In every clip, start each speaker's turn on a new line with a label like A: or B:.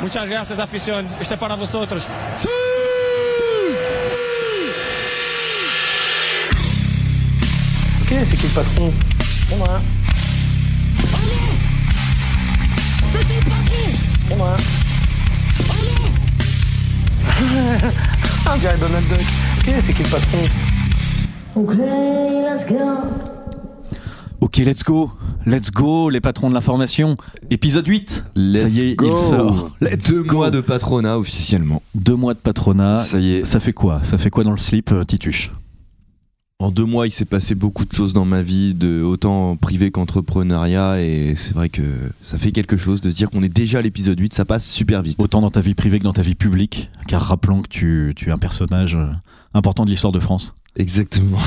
A: Muchas gracias, afición. Este es para vosotros.
B: Ok, c'est qui le patron C'est moi. C'est moi. Ah, on dirait Donald Duck. Ok, c'est qui le patron
C: Okay, let's go.
D: Ok, let's go. Let's go, les patrons de l'information. Épisode 8. Ça
E: Let's
D: y est,
E: go.
D: il sort. Let's
E: Deux
D: go.
E: mois de patronat officiellement.
D: Deux mois de
F: Ah.
D: patronat.
E: Ça y est.
D: Ça fait quoi Ça fait quoi dans le slip, euh, Tituche
E: En deux mois, il s'est passé beaucoup de choses dans ma vie, de autant privé qu'entrepreneuriat, et c'est vrai que ça fait quelque chose de dire qu'on est déjà à l'épisode 8, ça passe super vite.
D: Autant dans ta vie privée que dans ta vie publique, car rappelons que tu, tu es un personnage euh, important de l'histoire de France.
E: Exactement,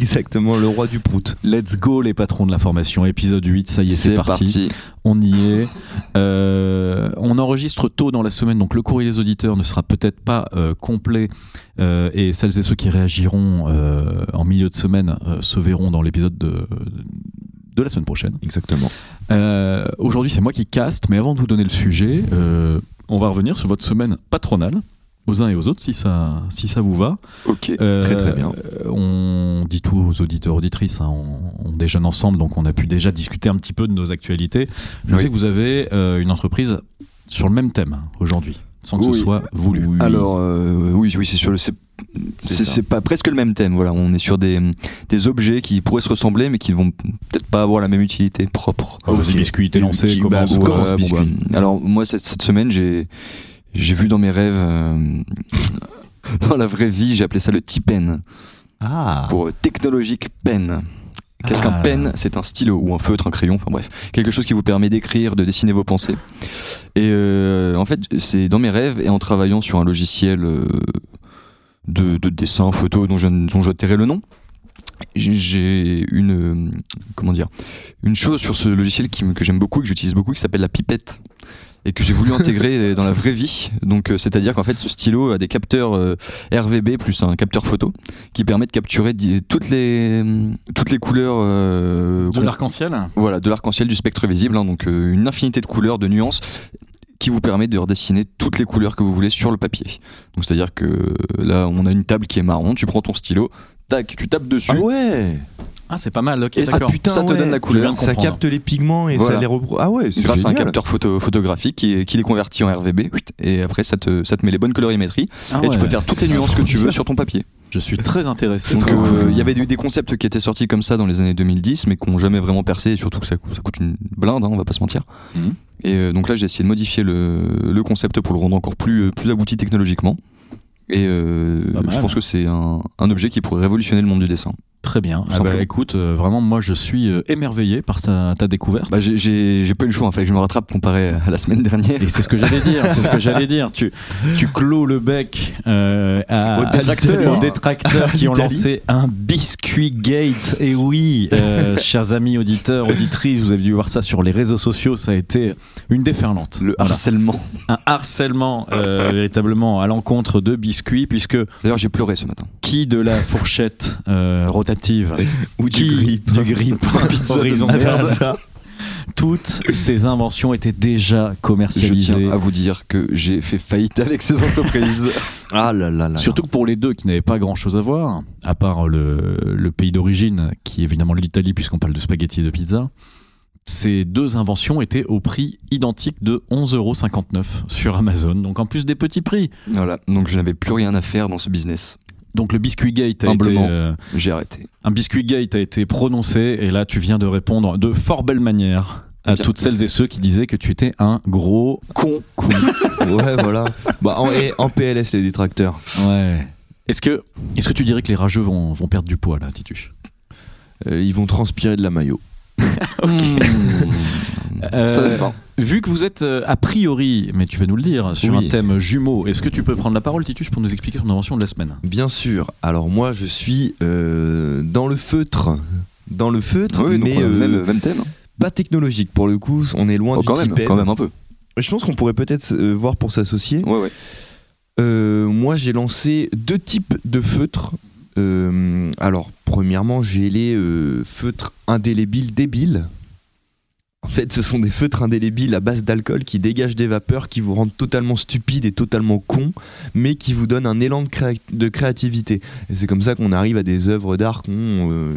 E: exactement, le roi du prout.
D: Let's go, les patrons de l'information. Épisode 8, ça y est, c'est parti.
E: parti.
D: On y est. Euh, on enregistre tôt dans la semaine, donc le courrier des auditeurs ne sera peut-être pas euh, complet. euh, et celles et ceux qui réagiront euh, en milieu de semaine euh, se verront dans l'épisode de, de la semaine prochaine.
E: Exactement.
D: Euh, Aujourd'hui, c'est moi qui caste, mais avant de vous donner le sujet, euh, on va revenir sur votre semaine patronale, aux uns et aux autres, si ça, si ça vous va.
E: Ok,
D: Euh,
E: très très bien.
D: euh, On dit tout aux auditeurs, auditrices. hein. On, on déjeune ensemble, donc on a pu déjà discuter un petit peu de nos actualités. Je
E: Oui.
D: sais que vous avez euh, une entreprise sur le même thème aujourd'hui, sans que
F: Oui.
D: ce soit voulu.
F: Alors euh, oui, oui, c'est sur le. C'est
E: C'est
F: c'est-
E: ça.
F: c'est pas presque le même thème. Voilà, on est sur des, des objets qui pourraient se ressembler, mais qui vont peut-être pas avoir la même utilité propre.
D: Oh, Vas-y, biscuit, t'es lancé.
F: Qui-
D: comment
F: bah,
D: vous-
F: ouais,
D: euh,
F: bon,
D: biscuit.
F: bah, Alors moi cette, cette semaine j'ai j'ai vu dans mes rêves. euh, Dans la vraie vie, j'ai appelé ça le T-Pen,
E: Ah,
F: pour technologique pen. Qu'est-ce qu'un
D: Ah.
F: pen C'est un stylo ou un feutre, un crayon, enfin bref, quelque chose qui vous permet d'écrire, de dessiner vos pensées. Et euh, en fait, c'est dans mes rêves et en travaillant sur un logiciel euh, de, de dessin, photo dont je dont je tairai le nom, j'ai- j'ai une euh, comment dire une chose sur ce logiciel qui, me- que j'aime beaucoup, que j'utilise beaucoup, qui s'appelle la pipette et que j'ai voulu intégrer dans la vraie vie. Donc, euh, c'est-à-dire qu'en fait, ce stylo a des capteurs euh, RVB plus un capteur photo qui permet de capturer di- toutes les mm, toutes les couleurs euh,
D: De
F: qu'on-
D: l'arc-en-ciel
F: voilà, de l'arc-en-ciel, du spectre visible, hein, donc euh, une infinité de couleurs, de nuances, qui vous permet de redessiner toutes les couleurs que vous voulez sur le papier. Donc c'est-à-dire que euh, là, on a une table qui est marron, tu prends ton stylo, tac, tu tapes dessus,
E: ouais
D: Ah, c'est pas mal, ok,
F: Et ça
D: d'accord.
F: pue- ça te donne la
D: couleur. Je viens de
E: Ça
D: comprendre.
E: capte les pigments et
F: Voilà.
E: ça les repro... Ah ouais, c'est
F: grâce à un
E: génial.
F: capteur photo, photographique qui, est- qui les convertit en RVB, huit, et après ça te, ça te met les bonnes colorimétries,
D: Ah
F: et tu peux
D: ouais,
F: faire toutes les nuances que tu veux sur ton papier.
D: Je suis très intéressé.
F: Donc
D: par-
F: euh, il y avait eu des concepts qui étaient sortis comme ça dans les années 2010, mais qui n'ont jamais vraiment percé, et surtout que ça, cou- ça coûte une blinde, hein, on va pas se mentir.
D: Mhm.
F: Et euh, donc là, j'ai essayé de modifier le, le concept pour le rendre encore plus, euh, plus abouti technologiquement. Et euh,
D: Pas mal.
F: je pense que c'est un, un objet qui pourrait révolutionner le monde du dessin.
D: Très bien. Ah bah,
F: simplement.
D: écoute, euh, vraiment, moi, je suis euh, émerveillé par ta, ta découverte.
F: Bah, j'ai- j'ai j'ai pas eu le choix, il fallait que je me rattrape comparé à la semaine dernière.
D: Et c'est ce que j'allais dire, c'est ce que j'allais dire. Tu, tu clôt le bec euh, à,
F: Aux détracteurs.
D: aux détracteurs qui ont
F: L'Italie.
D: lancé un biscuit gate. Et oui, euh, chers amis auditeurs, auditrices, vous avez dû voir ça sur les réseaux sociaux, ça a été une déferlante.
F: Le
D: Voilà.
F: harcèlement.
D: Un harcèlement euh, véritablement à l'encontre de biscuit, puisque
F: D'ailleurs, j'ai pleuré ce matin.
D: qui de la fourchette euh, rotative
E: Ou
D: qui
E: du grip.
D: du grip
F: Pizza de
D: horizontale,
F: merde.
D: toutes ces inventions étaient déjà
F: Je
D: commercialisées.
F: tiens à vous dire que j'ai fait faillite avec ces entreprises.
E: Ah là là là.
F: Bah,
D: Surtout que pour les deux qui n'avaient pas grand chose à voir, à part le, le pays d'origine, qui est évidemment l'Italie, puisqu'on parle de spaghetti et de pizza, ces deux inventions étaient au prix identique de 11,59€ sur Amazon. Donc en plus des petits prix.
F: voilà, donc je n'avais plus rien à faire dans ce business.
D: Donc le biscuit gate a été,
F: Humblement.
D: euh,
F: J'ai arrêté.
D: un biscuit gate a été prononcé et là tu viens de répondre de fort belle manière à
F: Bien.
D: toutes celles et ceux qui disaient que tu étais un gros
F: Con.
E: ouais, voilà. Bah, en, et en PLS, les détracteurs.
D: ouais. Est-ce que est-ce que tu dirais que les rageux vont, vont perdre du poids là, Tituche
E: Euh, ils vont transpirer de la maillot.
F: Hmm. Ça
D: Euh,
F: dépend.
D: Vu que vous êtes euh, a priori, mais tu vas nous le dire, sur
E: Oui.
D: un thème jumeau, est-ce que tu peux prendre la parole, Titus, pour nous expliquer ton invention de la semaine
E: Bien sûr. Alors moi, je suis euh, dans le feutre. Dans le feutre,
F: Oui, donc
E: mais
F: on a le
E: euh,
F: même, même thème.
E: pas technologique pour le coup. On est loin
F: Oh,
E: du
F: quand, même,
E: Tipeee.
F: quand même un peu.
E: Je pense qu'on pourrait peut-être euh, voir pour s'associer.
F: Ouais, ouais.
E: Euh, moi, j'ai lancé deux types de feutres. Euh, alors, premièrement, j'ai les euh, feutres indélébiles débiles. En fait, ce sont des feutres indélébiles à base d'alcool qui dégagent des vapeurs qui vous rendent totalement stupide et totalement con, mais qui vous donnent un élan de, créa- de créativité. Et c'est comme ça qu'on arrive à des œuvres d'art qu'on euh,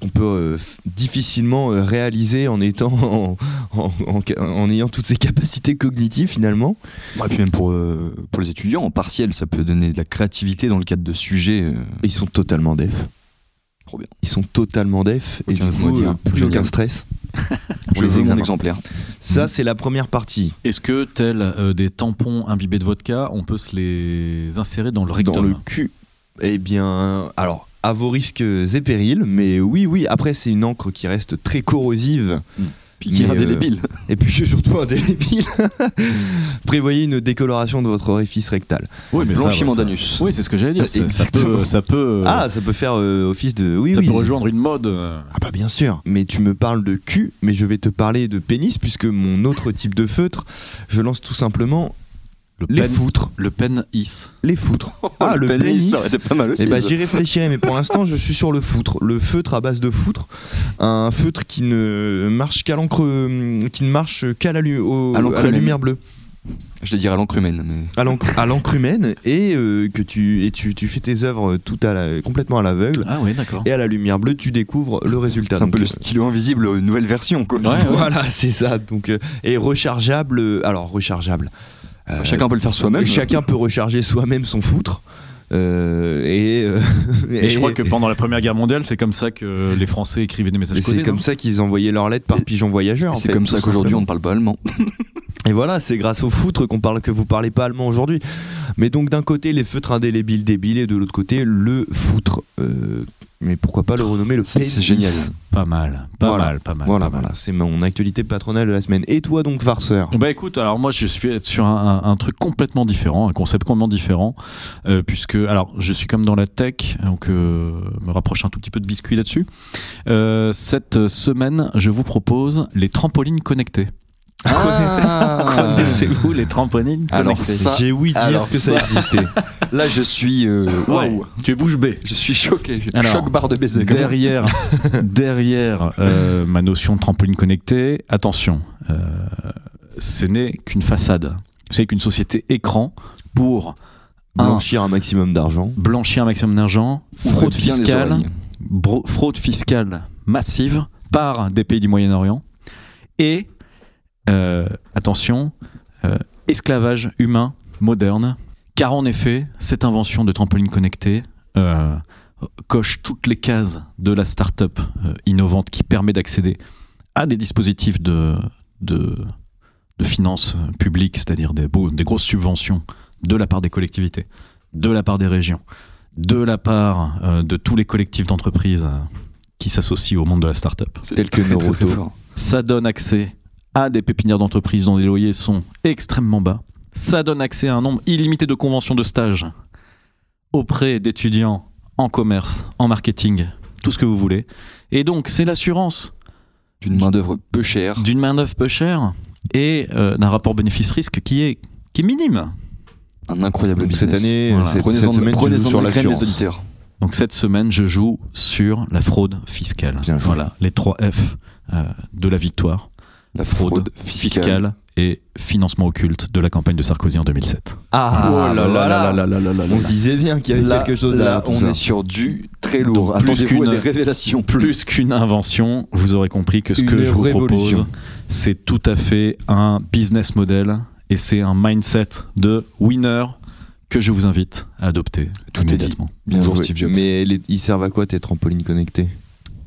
E: qu'on peut euh, f- difficilement euh, réaliser en étant en, en- en- en ayant toutes ces capacités cognitives finalement.
F: Et puis même pour, euh, pour les étudiants, en partiel, ça peut donner de la créativité dans le cadre de sujets. euh,
E: Et Bah, Ils sont totalement def.
F: Trop bien.
E: Ils sont totalement def et
F: Aucun
E: du
F: mot à
E: coup,
F: dire.
E: euh, plus
F: Génial.
E: aucun stress.
F: Je
E: les
F: veux mon
E: examens.
F: exemplaire.
E: Ça, c'est la première partie.
D: Est-ce que, tels euh, des tampons imbibés de vodka, on peut se les insérer dans le rectum
E: Dans le cul. Eh bien, alors, à vos risques et périls, mais oui, oui, après, c'est une encre qui reste très corrosive.
F: Puis qui est
E: Mais, euh,
F: indélébile.
E: Et puis, c'est surtout indélébile. Prévoyez une décoloration de votre orifice rectal.
D: Oui, mais ça,
F: Blanchiment
D: ouais, ça-
F: d'anus.
D: Oui, c'est ce que j'allais dire. Ça, ça
E: Exactement.
D: peut, ça peut, euh,
E: Ah, ça peut faire euh, office de. Oui,
D: ça
E: oui.
D: peut rejoindre une mode. euh,
E: Ah, bah, bien sûr. Mais tu me parles de cul, mais je vais te parler de pénis, puisque mon autre type de feutre, je lance tout simplement
D: le
E: les
D: pen-
E: foutres.
D: Le pénis.
E: Les foutres. Ah, le pénis.
F: ça aurait été pas mal aussi.
E: Eh ben,
F: ça.
E: j'y réfléchirai, mais pour l'instant, je suis sur le foutre. Le feutre à base de foutre. Un feutre qui ne marche qu'à l'encre. qui ne marche qu'à la, lu- au-
F: À l'encre
E: à la
F: humaine.
E: lumière bleue.
F: Je l'ai dit à l'encre humaine. Mais...
E: À l'encre, à l'encre humaine, et euh, que tu, et tu, tu fais tes œuvres tout à la- complètement à l'aveugle.
D: Ah oui, d'accord.
E: Et à la lumière bleue, tu découvres le résultat.
F: C'est un
E: Donc,
F: peu
E: euh,
F: le stylo invisible, euh, nouvelle version. Quoi.
D: Ouais, ouais.
E: Voilà, c'est ça. Donc, euh, et rechargeable. euh, alors, rechargeable. Euh,
F: Chacun peut le faire soi-même.
E: Chacun peut recharger soi-même son foutre. Euh, et, euh,
D: Et, je crois que pendant la Première Guerre mondiale, c'est comme ça que les Français écrivaient des messages
E: Et
D: codés.
E: c'est comme
D: non
E: ça qu'ils envoyaient leurs lettres par pigeon voyageur. en
F: C'est
E: fait,
F: comme
E: tout
F: ça qu'aujourd'hui on ne
E: simplement.
F: parle pas allemand.
E: Et voilà, c'est grâce aux foutres qu'on parle que vous parlez pas allemand aujourd'hui. Mais donc d'un côté les feutres indélébiles débiles et de l'autre côté le foutre. Euh, mais pourquoi pas le renommer le
F: C'est
E: pénis.
F: c'est génial.
D: Pas mal, pas
E: Voilà.
D: mal, pas mal.
E: Voilà,
D: pas mal.
E: voilà, Ah, c'est mon actualité patronale de la semaine. Et toi donc farceur
D: Bah écoute, alors moi je suis sur un, un- un truc complètement différent, un concept complètement différent, euh, puisque alors je suis comme dans la tech, donc euh, me rapproche un tout petit peu de biscuit là-dessus. Euh, cette semaine, je vous propose les trampolines connectées.
F: Ah.
D: Connaissez-vous les trampolines
F: Alors
D: connectées
F: ça-
E: J'ai oui dire
F: alors
E: que ça,
F: ça-
E: existait.
F: Là je suis. euh,
D: Ouais.
F: Waouh
D: Tu es bouche bée.
F: Je suis choqué.
D: Alors,
F: Choc barre de baiser. comme
D: Derrière, derrière euh, ma notion de trampoline connectée, attention, euh, ce n'est qu'une façade. C'est qu'une société écran pour un,
E: Blanchir un maximum d'argent.
D: blanchir un maximum d'argent,
F: on.
D: fraude
F: Bien les
D: fiscale,
F: oreilles.
D: bro- fraude fiscale massive par des pays du Moyen-Orient et euh, attention, euh, esclavage humain moderne, car en effet, cette invention de trampoline connectée euh, coche toutes les cases de la start-up euh, innovante qui permet d'accéder à des dispositifs de, de, de finances euh, publiques, c'est-à-dire des, beaux- des grosses subventions de la part des collectivités, de la part des régions, de la part euh, de tous les collectifs d'entreprises euh, qui s'associent au monde de la start-up.
F: C'est
E: Tel que
F: très, très, très
E: Naruto.
F: fort.
D: Ça donne accès à des pépinières d'entreprise dont les loyers sont extrêmement bas. Ça donne accès à un nombre illimité de conventions de stage auprès d'étudiants en commerce, en marketing, tout ce que vous voulez. Et donc, c'est l'assurance
F: D'une main-d'œuvre peu chère.
D: d'une main-d'œuvre peu chère et euh, d'un rapport bénéfice-risque qui est, qui est minime.
F: Un incroyable
E: Donc, cette
F: business.
E: année,
D: Voilà.
E: cette,
F: Prenez-en
E: cette semaine, tu
F: prenez
E: joues sur
F: les
E: l'assurance.
F: auditeurs.
D: Donc, cette semaine, je joue sur la fraude fiscale.
E: Bien joué.
D: Voilà, les trois F euh, de la victoire
F: La fraude fiscale.
D: fiscale et financement occulte de la campagne de Sarkozy en 2007.
E: Ah,
F: Oh là là là là là là là là.
E: On se disait bien qu'il y avait
F: Là,
E: quelque chose
F: là,
E: derrière tout
F: on
E: ça.
F: est sur du très lourd.
D: Donc, plus
F: Attendez-vous à
D: qu'une-
F: des révélations.
D: plus qu'une invention, vous aurez compris que ce que
E: Une
D: je vous propose,
E: révolution.
D: c'est tout à fait un business model et c'est un mindset de winner que je vous invite à adopter
F: Tout est dit.
D: immédiatement.
F: Bien
E: Bonjour
F: joué.
E: Steve Jobs. Mais les- ils servent à quoi tes trampolines connectées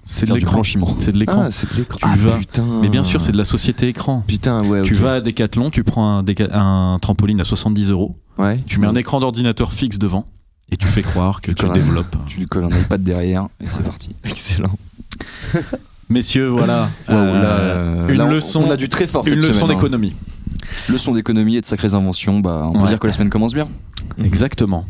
D: C'est de
F: Faire du
D: l'écran.
F: blanchiment.
D: C'est de l'écran.
E: Ah, c'est de l'écran.
D: Tu vas-
E: Putain.
D: Mais bien sûr, c'est de la société écran.
E: Putain, ouais.
D: Tu
E: ok.
D: vas à Decathlon, tu prends un, déca- un trampoline à 70 euros,
E: Ouais.
D: tu mets un écran d'ordinateur fixe devant et tu fais croire que
F: Tu
D: tu
F: colles un-
D: développes.
F: Tu lui colles un iPad derrière et c'est parti.
E: Excellent.
D: Messieurs, voilà. euh, une
F: là, on-
D: leçon-
F: On a du très fort
D: une
F: cette
D: leçon
F: semaine, hein.
D: d'économie.
F: Leçon d'économie et de sacrées inventions. Bah, on peut
D: Ouais.
F: dire que la semaine commence bien.
E: Mhm.
D: Exactement.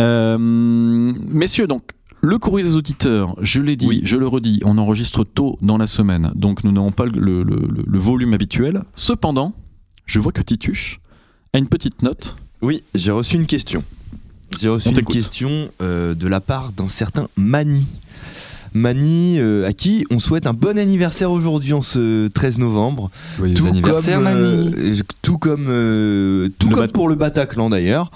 D: Euh, messieurs, donc, le courrier des auditeurs, je l'ai dit,
F: Oui.
D: je le redis, on enregistre tôt dans la semaine, donc nous n'avons pas le, le- le- le volume habituel. Cependant, je vois que Tituche a une petite note.
E: Oui, j'ai reçu une question. J'ai
D: On
E: reçu une
D: t'écoute.
E: question euh, de la part d'un certain Mani. Mani, euh, à qui on souhaite un bon anniversaire aujourd'hui, en ce 13 novembre.
F: Joyeux
E: Tout
F: anniversaire,
E: comme, euh,
F: Mani.
E: je- tout comme, euh, tout
D: Le
E: comme
D: Bat-
E: pour le Bataclan d'ailleurs.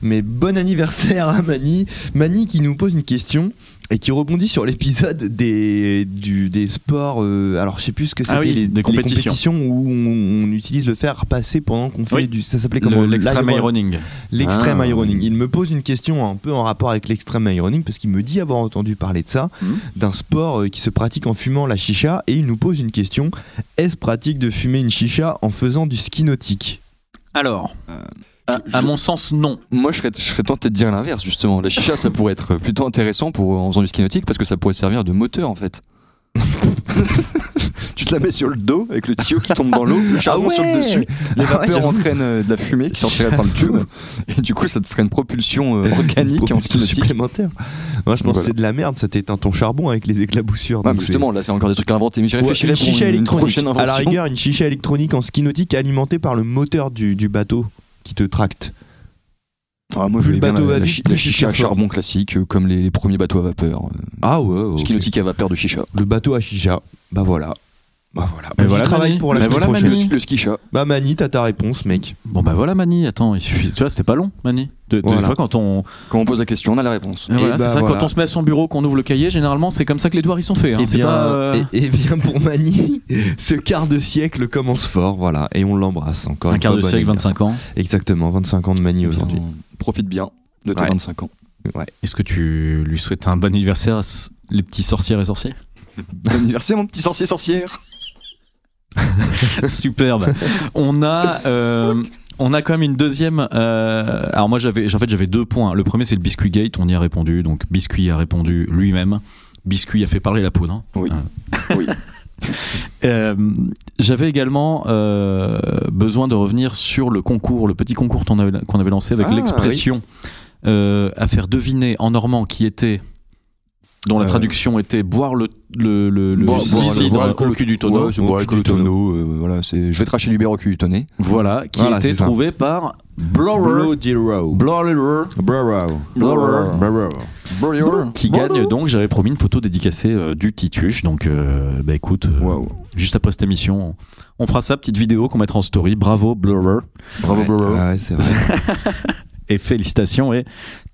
E: Mais bon anniversaire à Mani. Mani qui nous pose une question et qui rebondit sur l'épisode des, du- des sports. euh, alors je sais plus ce que c'était,
D: Ah oui,
E: les,
D: des
E: les
D: compétitions.
E: où on, on utilise le fer à passer pendant qu'on fait
D: Oui.
E: du. Ça s'appelait comment
D: Le- L'extrême
E: l'iron-
D: ironing.
E: L'extrême
F: Ah.
E: ironing. Il me pose une question un peu en rapport avec l'extrême ironing parce qu'il me dit avoir entendu parler de ça,
F: Hmm.
D: Mhm.
E: d'un sport euh, qui se pratique en fumant la chicha et il nous pose une question est-ce pratique de fumer une chicha en faisant du ski nautique
D: Alors,
E: Euh,
F: je-
D: à, à
F: je-
D: mon sens, non.
F: Moi, je serais, je serais tenté de dire l'inverse, justement. La chicha, ça pourrait être plutôt intéressant pour, en faisant du ski nautique parce que ça pourrait servir de moteur, en fait. tu te la mets sur le dos avec le tuyau qui tombe dans l'eau, le charbon sur le
E: ouais
F: dessus, les
E: Ah ouais,
F: vapeurs
E: j'avoue.
F: entraînent euh, de la fumée qui sortirait par le tube, et du coup ça te ferait une propulsion euh, organique en ski
E: Propulsion
F: nautique.
E: supplémentaire. Moi je pense
F: Voilà.
E: que c'est de la merde, ça t'éteint ton charbon avec les éclaboussures.
F: Ouais,
E: donc
F: mais justement, là c'est encore des trucs à inventer, mais j'y
E: c'est- Ouais,
F: réfléchirai
E: une
F: pour
E: chicha
F: une,
E: électronique.
F: une prochaine
E: à la
F: invention.
E: rigueur, une chicha électronique en ski nautique alimentée par le moteur du, du bateau qui te tracte.
F: Ah, moi
E: plus
F: je
E: le
F: vais bien
E: bateau
F: la,
E: va
F: la
E: vite,
F: chi-
E: plus
F: la
E: tu
F: chicha à
E: fais fort.
F: charbon classique, euh, comme les, les premiers bateaux à vapeur. euh,
E: Ah ouais, ouais,
F: Ski
E: ok.
F: nautique à vapeur de chicha.
E: Le bateau à chicha. Bah voilà. Bah voilà.
D: Mais
E: On y
D: voilà,
E: travaille
D: Manu.
E: pour la
D: Mais
E: semaine
D: voilà,
E: prochaine.
F: Le,
D: Manu.
F: le ski chat.
E: Bah Mani, t'as ta réponse, mec.
D: Bon, bah voilà, Mani, attends, il suffit. Tu vois, c'était pas long, Mani. De, de-
E: Voilà.
D: Des fois, quand on.
F: Quand on pose la question, on a la réponse.
D: Et voilà,
E: bah,
D: c'est ça,
E: voilà.
D: quand on se met à son bureau, qu'on ouvre le cahier, généralement, c'est comme ça que les doigts, ils sont faits. hein.
E: et,
D: C'est
E: Eh bien,
D: pas, euh,
E: et, et bien pour Mani, ce quart de siècle commence fort, voilà. Et on l'embrasse encore.
D: un
E: une
D: quart
E: fois,
D: de
E: bon
D: siècle,
E: anniversaire.
D: 25 ans.
E: Exactement, 25 ans de Mani
F: Bien,
E: aujourd'hui.
F: Profite bien de tes
E: Ouais.
F: 25 ans.
D: Est-ce que tu lui souhaites un bon anniversaire, à s- les petits sorcières et sorciers
F: Bon anniversaire, mon petit sorcier sorcière.
D: Superbe. On a. euh, On a quand même une deuxième. euh, alors moi j'avais, en fait j'avais deux points. Le premier c'est le Biscuit Gate, on y a répondu. Donc Biscuit a répondu lui-même. Biscuit a fait parler la poudre. hein.
F: Oui. Oui.
D: Euh, j'avais également euh, besoin de revenir sur le concours, le petit concours qu'on avait, qu'on avait lancé avec
F: Ah,
D: l'expression euh, à faire deviner en normand qui était dont la
E: Euh,
D: traduction était boire le le le, le
F: Boire- boire
D: zizi
F: le-
D: dans
F: boire
D: le
F: le cul-
D: cul du tonneau.
F: Ouais, c'est boire
E: au
F: le
E: cul
F: cul
E: du
F: au tonneau. euh, voilà, c'est. Je vais tracher du bière au cul du tonnet.
D: Voilà, qui
E: Voilà,
D: était
E: c'est ça.
D: trouvé par Blower.
E: Bro Giro.
D: Blower.
E: Bro.
D: Bro.
E: Bro.
D: qui gagne donc j'avais promis une photo dédicacée euh, du Tituche donc euh, bah écoute euh,
F: Waouh.
D: juste après cette émission on, on fera ça petite vidéo qu'on mettra en story bravo Blurrer
F: Bravo, Bro.
E: Ah ouais, c'est vrai.
D: et félicitations et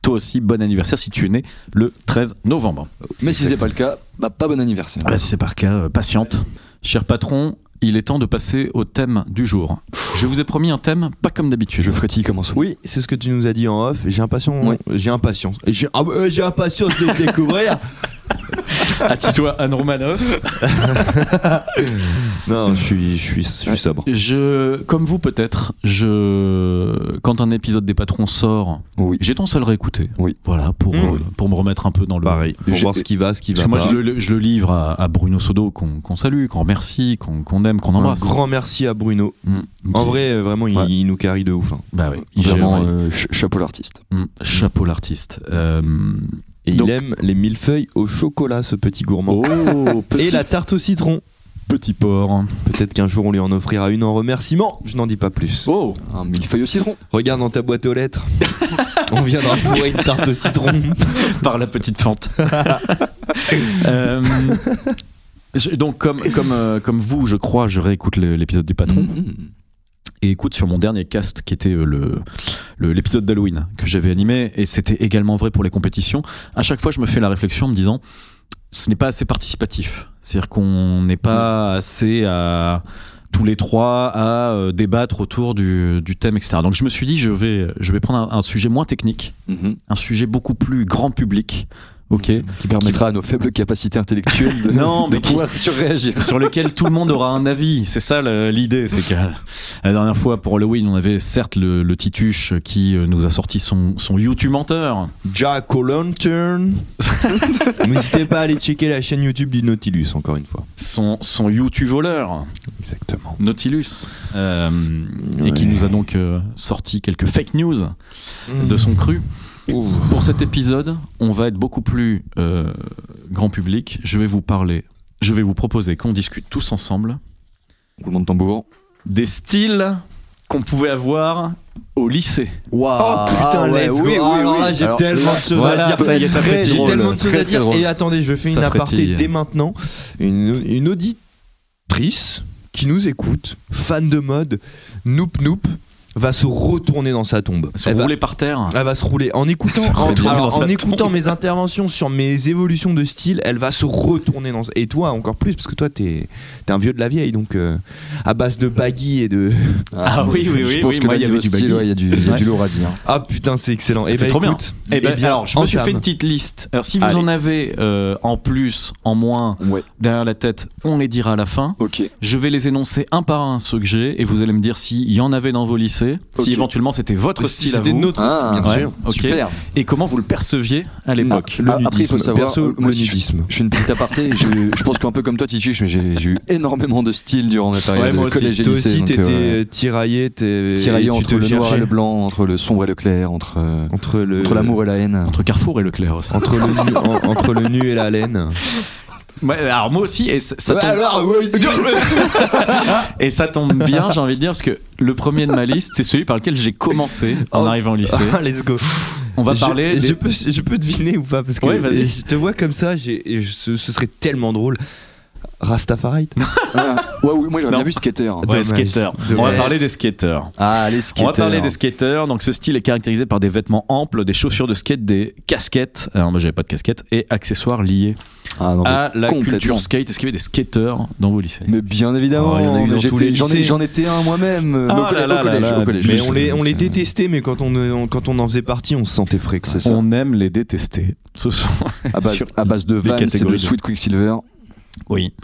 D: toi aussi bon anniversaire si tu es né le 13 novembre
F: Mais si c'est pas le cas, bah pas bon anniversaire.
D: Ah, si c'est par cas euh, patiente cher patron il est temps de passer au thème du jour je vous ai promis un thème pas comme d'habitude
F: Je frétille comme un sou.
E: Oui, c'est ce que tu nous as dit en off. J'ai impatience.
F: Ouais.
E: J'ai impatience. J'ai ah, euh, j'ai impatience de le découvrir.
D: attends-toi Anne Romanoff
E: Non, je suis, je suis, je suis sobre.
D: Je, comme vous peut-être, je, quand un épisode des patrons sort,
F: Oui.
D: j'ai tendance à le réécouter.
F: Oui.
D: Voilà, pour,
E: Mmh.
D: euh, pour me remettre un peu dans le.
E: Pareil. Pour
F: J'ai-
E: voir ce qui va, ce qui
D: Parce
E: va
D: que moi,
E: pas.
D: je le, je le livre à, à Bruno Sodo, qu'on qu'on salue, qu'on remercie, qu'on qu'on aime, qu'on
E: Un
D: embrasse.
E: grand merci à Bruno.
D: Mmh.
E: En
D: Qui-
E: vrai, euh, vraiment, il,
D: Ouais.
E: il nous carie de ouf. hein.
D: bah oui, il
F: Vraiment,
D: gère-
F: euh, ch- chapeau l'artiste.
D: Mmh. Chapeau l'artiste. Euh,
E: Et
D: Donc-
E: il aime les millefeuilles au chocolat, ce petit gourmand.
D: Oh,
E: Et la tarte au citron.
D: petit porc.
E: Peut-être qu'un jour on lui en offrira une en remerciement. Je n'en dis pas plus.
D: Oh,
F: Un millefeuille au citron.
E: Regarde dans ta boîte aux lettres. on viendra fourrer une tarte au citron.
D: par la petite fente. Euh, je- donc, comme, comme, euh, comme vous, je crois, je réécoute le- l'épisode du patron.
F: Mhm.
D: et écoute sur mon dernier cast qui était euh, le le- l'épisode d'Halloween que j'avais animé et c'était également vrai pour les compétitions à chaque fois je me fais la réflexion en me disant ce n'est pas assez participatif c'est-à-dire qu'on n'est pas assez à tous les trois à euh, débattre autour du, du thème etc donc je me suis dit je vais je vais prendre un, un sujet moins technique
F: Mhm.
D: un sujet beaucoup plus grand public ok
F: Qui permettra à nos faibles capacités intellectuelles de,
D: Non,
F: de
D: mais qui-
F: pouvoir surréagir.
D: sur lequel tout le monde aura un avis. C'est ça le- l'idée. C'est que euh, la dernière fois pour Halloween, on avait certes le, le Tituche qui euh, nous a sorti son, son YouTube menteur.
E: Jack O'Lantern. N'hésitez pas à aller checker la chaîne YouTube du Nautilus, encore une fois.
D: Son, son YouTube voleur,
E: Exactement.
D: Nautilus, euh, et qui
E: Ouais.
D: nous a donc euh, sorti quelques fake news de son cru. Pour cet épisode, on va être beaucoup plus euh, grand public. Je vais vous parler, je vais vous proposer qu'on discute tous ensemble
F: Roulement de tambour.
D: des styles qu'on pouvait avoir au lycée.
E: Oh putain, let's go.
F: oui, oui,
E: Ah, alors
F: oui.
E: là, j'ai
F: Alors,
E: tellement
F: là,
E: de choses
D: voilà,
E: à dire.
D: ça y est, ça fait
E: J'ai
D: drôle.
E: tellement de
D: Très,
E: choses à
D: très
E: dire.
D: drôle.
F: euh,
E: Et attendez, je fais
D: Ça
E: une aparté
D: frétille.
E: dès maintenant. Une, une auditrice qui nous écoute, fan de mode, Noop Noop, va se retourner dans sa tombe.
D: Se
E: Elle va,
D: rouler par terre.
E: elle va se rouler. En écoutant,
D: Se
E: en,
D: retourner
E: alors,
D: dans
E: en
D: sa
E: écoutant
D: tombe.
E: mes interventions sur mes évolutions de style, elle va se retourner dans. Et toi, encore plus, parce que toi, t'es es un vieux de la vieille, donc euh, à base de baggy et de.
D: Ah oui, oui, oui,
F: Je pense
D: oui,
F: que
D: moi,
F: là,
D: il y
F: niveau
D: avait du
F: style,
D: baggy.
F: ouais, il y a du, il y a du lourd à dire.
E: Ah putain, c'est excellent. Et
D: C'est trop bien.
E: bien.
D: Eh ben, alors, je me suis
E: entame.
D: fait une petite liste. Alors, si vous
E: Allez.
D: en avez euh, en plus, en moins,
F: Ouais.
D: derrière la tête, on les dira à la fin.
F: Ok.
D: Je vais les énoncer un par un ceux que j'ai et vous allez me dire s'il y en avait dans vos lycées,
F: Ok.
D: si éventuellement c'était votre
E: Si
D: style à
E: c'était
D: vous
E: notre
F: Ah,
E: style, bien
D: ouais.
E: sûr.
D: Ok.
F: Super.
D: et comment vous le perceviez à l'époque.
E: Le
F: Ah, après, il faut
E: nudisme.
F: savoir,
E: Perso,
F: euh, moi,
E: le
F: si je-
E: nudisme.
F: Je fais une petite aparté. je, je pense qu'un peu comme toi, Titus, mais j'ai j'ai eu énormément de styles durant ma période
D: Ouais, moi
F: de collège et
E: Toi
F: lycée.
E: aussi,
F: donc,
E: t'étais
F: euh,
E: euh, tiraillé, t'es-
F: tiraillé
E: et tu
F: entre
E: te
F: le noir
E: cherchais.
F: et le blanc, entre le sombre et le clair, entre, euh,
E: Entre le-
F: entre l'amour et la haine.
D: Entre Carrefour et Leclerc. ça.
E: Entre le, nu, en- entre le nu et la laine.
D: Ouais, alors moi aussi, et ça, ça
F: Ouais,
D: tombe,
F: alors, ouais,
D: et ça tombe bien, j'ai envie de dire, parce que le premier de ma liste, c'est celui par lequel j'ai commencé en
E: Oh.
D: arrivant au lycée.
E: Ah, let's go.
D: On va
E: je,
D: parler.
E: Je
D: des-
E: peux, je peux deviner ou pas Parce que
D: Ouais, vas-y.
E: je te vois comme ça, j'ai- et je- ce, ce serait tellement drôle. Rastafari
F: Ah, ouais, oui, moi j'aurais
D: Non.
F: bien vu skater. hein.
D: Ouais,
E: Dommage.
D: skater. On va
E: Dommage.
D: parler des skateurs.
F: Ah, les skaters.
D: On va parler des skateurs. Donc, ce style est caractérisé par des vêtements amples, des chaussures de skate, des casquettes. Alors, moi, j'avais pas de casquette et accessoires liés
F: Ah, non, mais-
D: à la
F: complètement.
D: culture skate. Est-ce qu'il y avait des skateurs dans vos lycées
F: Mais bien évidemment,
E: Oh, il y en a eu
F: mais
E: dans tous les
F: j'étais- j'en ai-
E: lycées.
F: j'en étais un moi-même euh,
D: Ah
F: au collè-
D: là là
F: au collège.
D: là là,
F: au collège.
E: Mais
D: je
E: on
D: sais,
E: les, on
D: je
E: les
D: sais.
E: détestait, mais quand on, on- quand on en faisait partie, on se sentait frais. quoi.
F: C'est ça.
D: On aime les détester. Ce sont.
F: À base,
D: sur
F: à base de
D: les
F: Vans et de
D: catégories de-
F: Sweet Quicksilver.
D: Oui.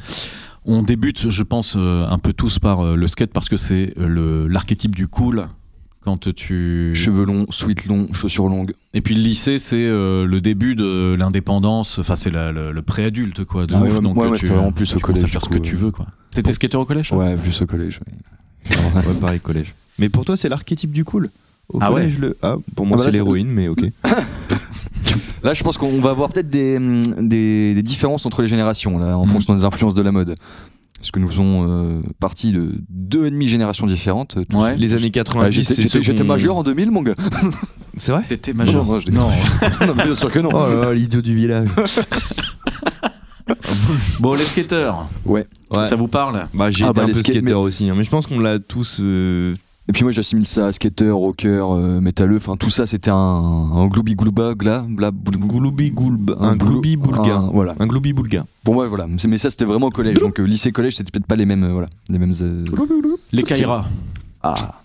D: On débute, je pense, euh, un peu tous par euh, le skate parce que c'est euh, le- l'archétype du cool. Quand tu.
F: Cheveux longs, sweat longs, chaussures longues.
D: Et puis le lycée, c'est euh, le début de l'indépendance. Enfin, c'est la- le, le pré-adulte, quoi. De
F: Ah
D: ouf.
F: ouais, ouais,
D: donc
F: ouais,
D: euh,
F: ouais,
D: tu,
F: c'était vraiment plus
D: tu
F: au
D: commences à
F: collège,
D: faire
F: du
D: ce que
F: coup,
D: tu veux, quoi. T'étais skateur au collège toi
F: Ouais, plus au collège. oui.
E: Ouais, pareil, collège. Mais pour toi, c'est l'archétype du cool Au
D: Ah ouais.
E: collège, le... ah, pour moi,
F: Ah bah là,
E: c'est
F: c'est-
E: l'héroïne, mais ok.
F: Là, je pense qu'on va avoir peut-être des, hum, des, des différences entre les générations, là, en
E: Mm.
D: Mhm.
F: fonction des influences de la mode. Parce que nous faisons euh, partie de deux et demi générations différentes. euh, tous-
D: Ouais.
E: Les années
F: Ah,
E: 90,
F: j'étais-
E: c'est ceux
F: J'étais j'étais
E: qu'on-
F: majeur en 2000, mon gars.
E: C'est vrai
D: T'étais majeur.
F: Non, je déconne. non, mais bien sûr que non.
E: Oh là là, l'idiot du village.
D: Bon, les skateurs,
F: Ouais.
E: Ouais.
D: ça vous parle
E: Bah, j'ai
F: Ah
E: été
F: bah,
E: un
F: les
E: peu
F: skate-
E: skater aussi, hein, mais je pense qu'on l'a tous. euh,
F: Et puis moi, j'assimile ça à skater, rocker, euh, métalleux. Enfin, tout ça, c'était un, un gloubi-glouba, gla, bla, blou-
E: Gouloubi goulb, un
F: blou-
E: gloubi boulga.
F: un- Voilà.
E: Un gloubi boulga.
F: Pour moi, voilà. C'est- Mais ça, c'était vraiment au collège. Donc, euh, lycée, collège, c'était peut-être pas les mêmes. euh, voilà. Les mêmes. euh,
D: Les Kaira.
F: Ah,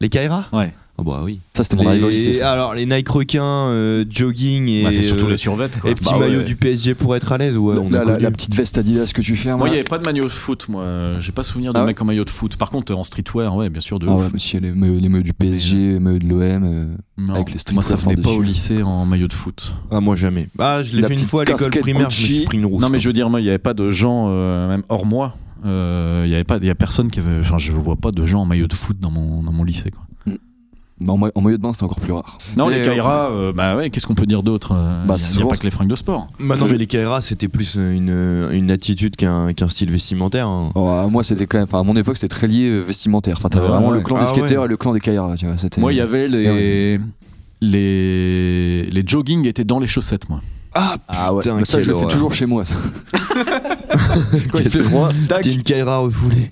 E: Les Kaira
D: Ouais.
E: Ah bah oui.
F: ça, c'était mon arrivée au lycée.
E: Les...
F: ça.
E: Alors, les Nike requins, euh, jogging et.
D: Bah, c'est surtout
E: euh,
D: les survêtements. quoi.
E: Et petit
F: Bah,
E: maillot
F: ouais.
E: du PSG pour être à l'aise, Ah, ouais.
F: La-
E: on a
F: la, la-
E: connu.
F: la petite veste Adidas que tu fermes.
D: Moi, il n'y
E: Hein.
F: là.
D: avait pas de maillot de foot, moi. J'ai pas souvenir de
F: Ah ouais.
D: mec en maillot de foot. Par contre, en streetwear, ouais, bien sûr, de
F: Ah
D: ouf.
F: ouais, mais si, les maillots les maillots du PSG, les maillots de l'OM. euh,
D: Non.
F: Avec les streetwear
D: moi, ça venait pas
F: par-dessus.
D: au lycée en maillot de foot.
E: Ah, moi jamais. Ah, je l'ai
F: La
E: fait une
F: petite
E: fois à l'école
F: casquette
E: primaire, je me suis
F: Gucci.
E: pris une rousse.
D: Non, mais je veux dire, moi, il n'y avait pas de gens, euh, même hors moi. euh, Il y avait pas, il y a personne qui avait. Enfin, je vois pas de gens en maillot de foot dans mon, dans mon lycée. Quoi.
F: bah, en, ma- en maillot de bain, c'était encore plus rare.
D: Non,
F: Mais,
D: les Kaira, euh, bah ouais, qu'est-ce qu'on peut dire d'autre Euh,
F: Bah,
D: Il
F: c'est
D: n'y a,
F: souvent-
D: pas que les fringues de sport.
E: Maintenant, mais les Kaira, c'était plus euh, une, une attitude qu'un qu'un style vestimentaire. hein.
F: Oh, à moi, c'était quand même. Enfin, à mon époque, c'était très lié euh, vestimentaire. Enfin, t'avais
D: Ah
F: vraiment
E: ouais.
F: le clan
E: Ah
F: des skaters
E: ouais.
F: et le clan des kairas. Tu vois, c'était-
D: Moi, il y avait les.
F: Eh
D: Les, les jogging étaient dans les chaussettes, moi.
F: Ah,
E: Ah ouais.
F: putain, ça,
E: quelle
F: je le fais
E: horreur.
F: toujours chez moi, ça. Quand il fait froid, tac. Ah.
E: T'es une Kaira refoulée.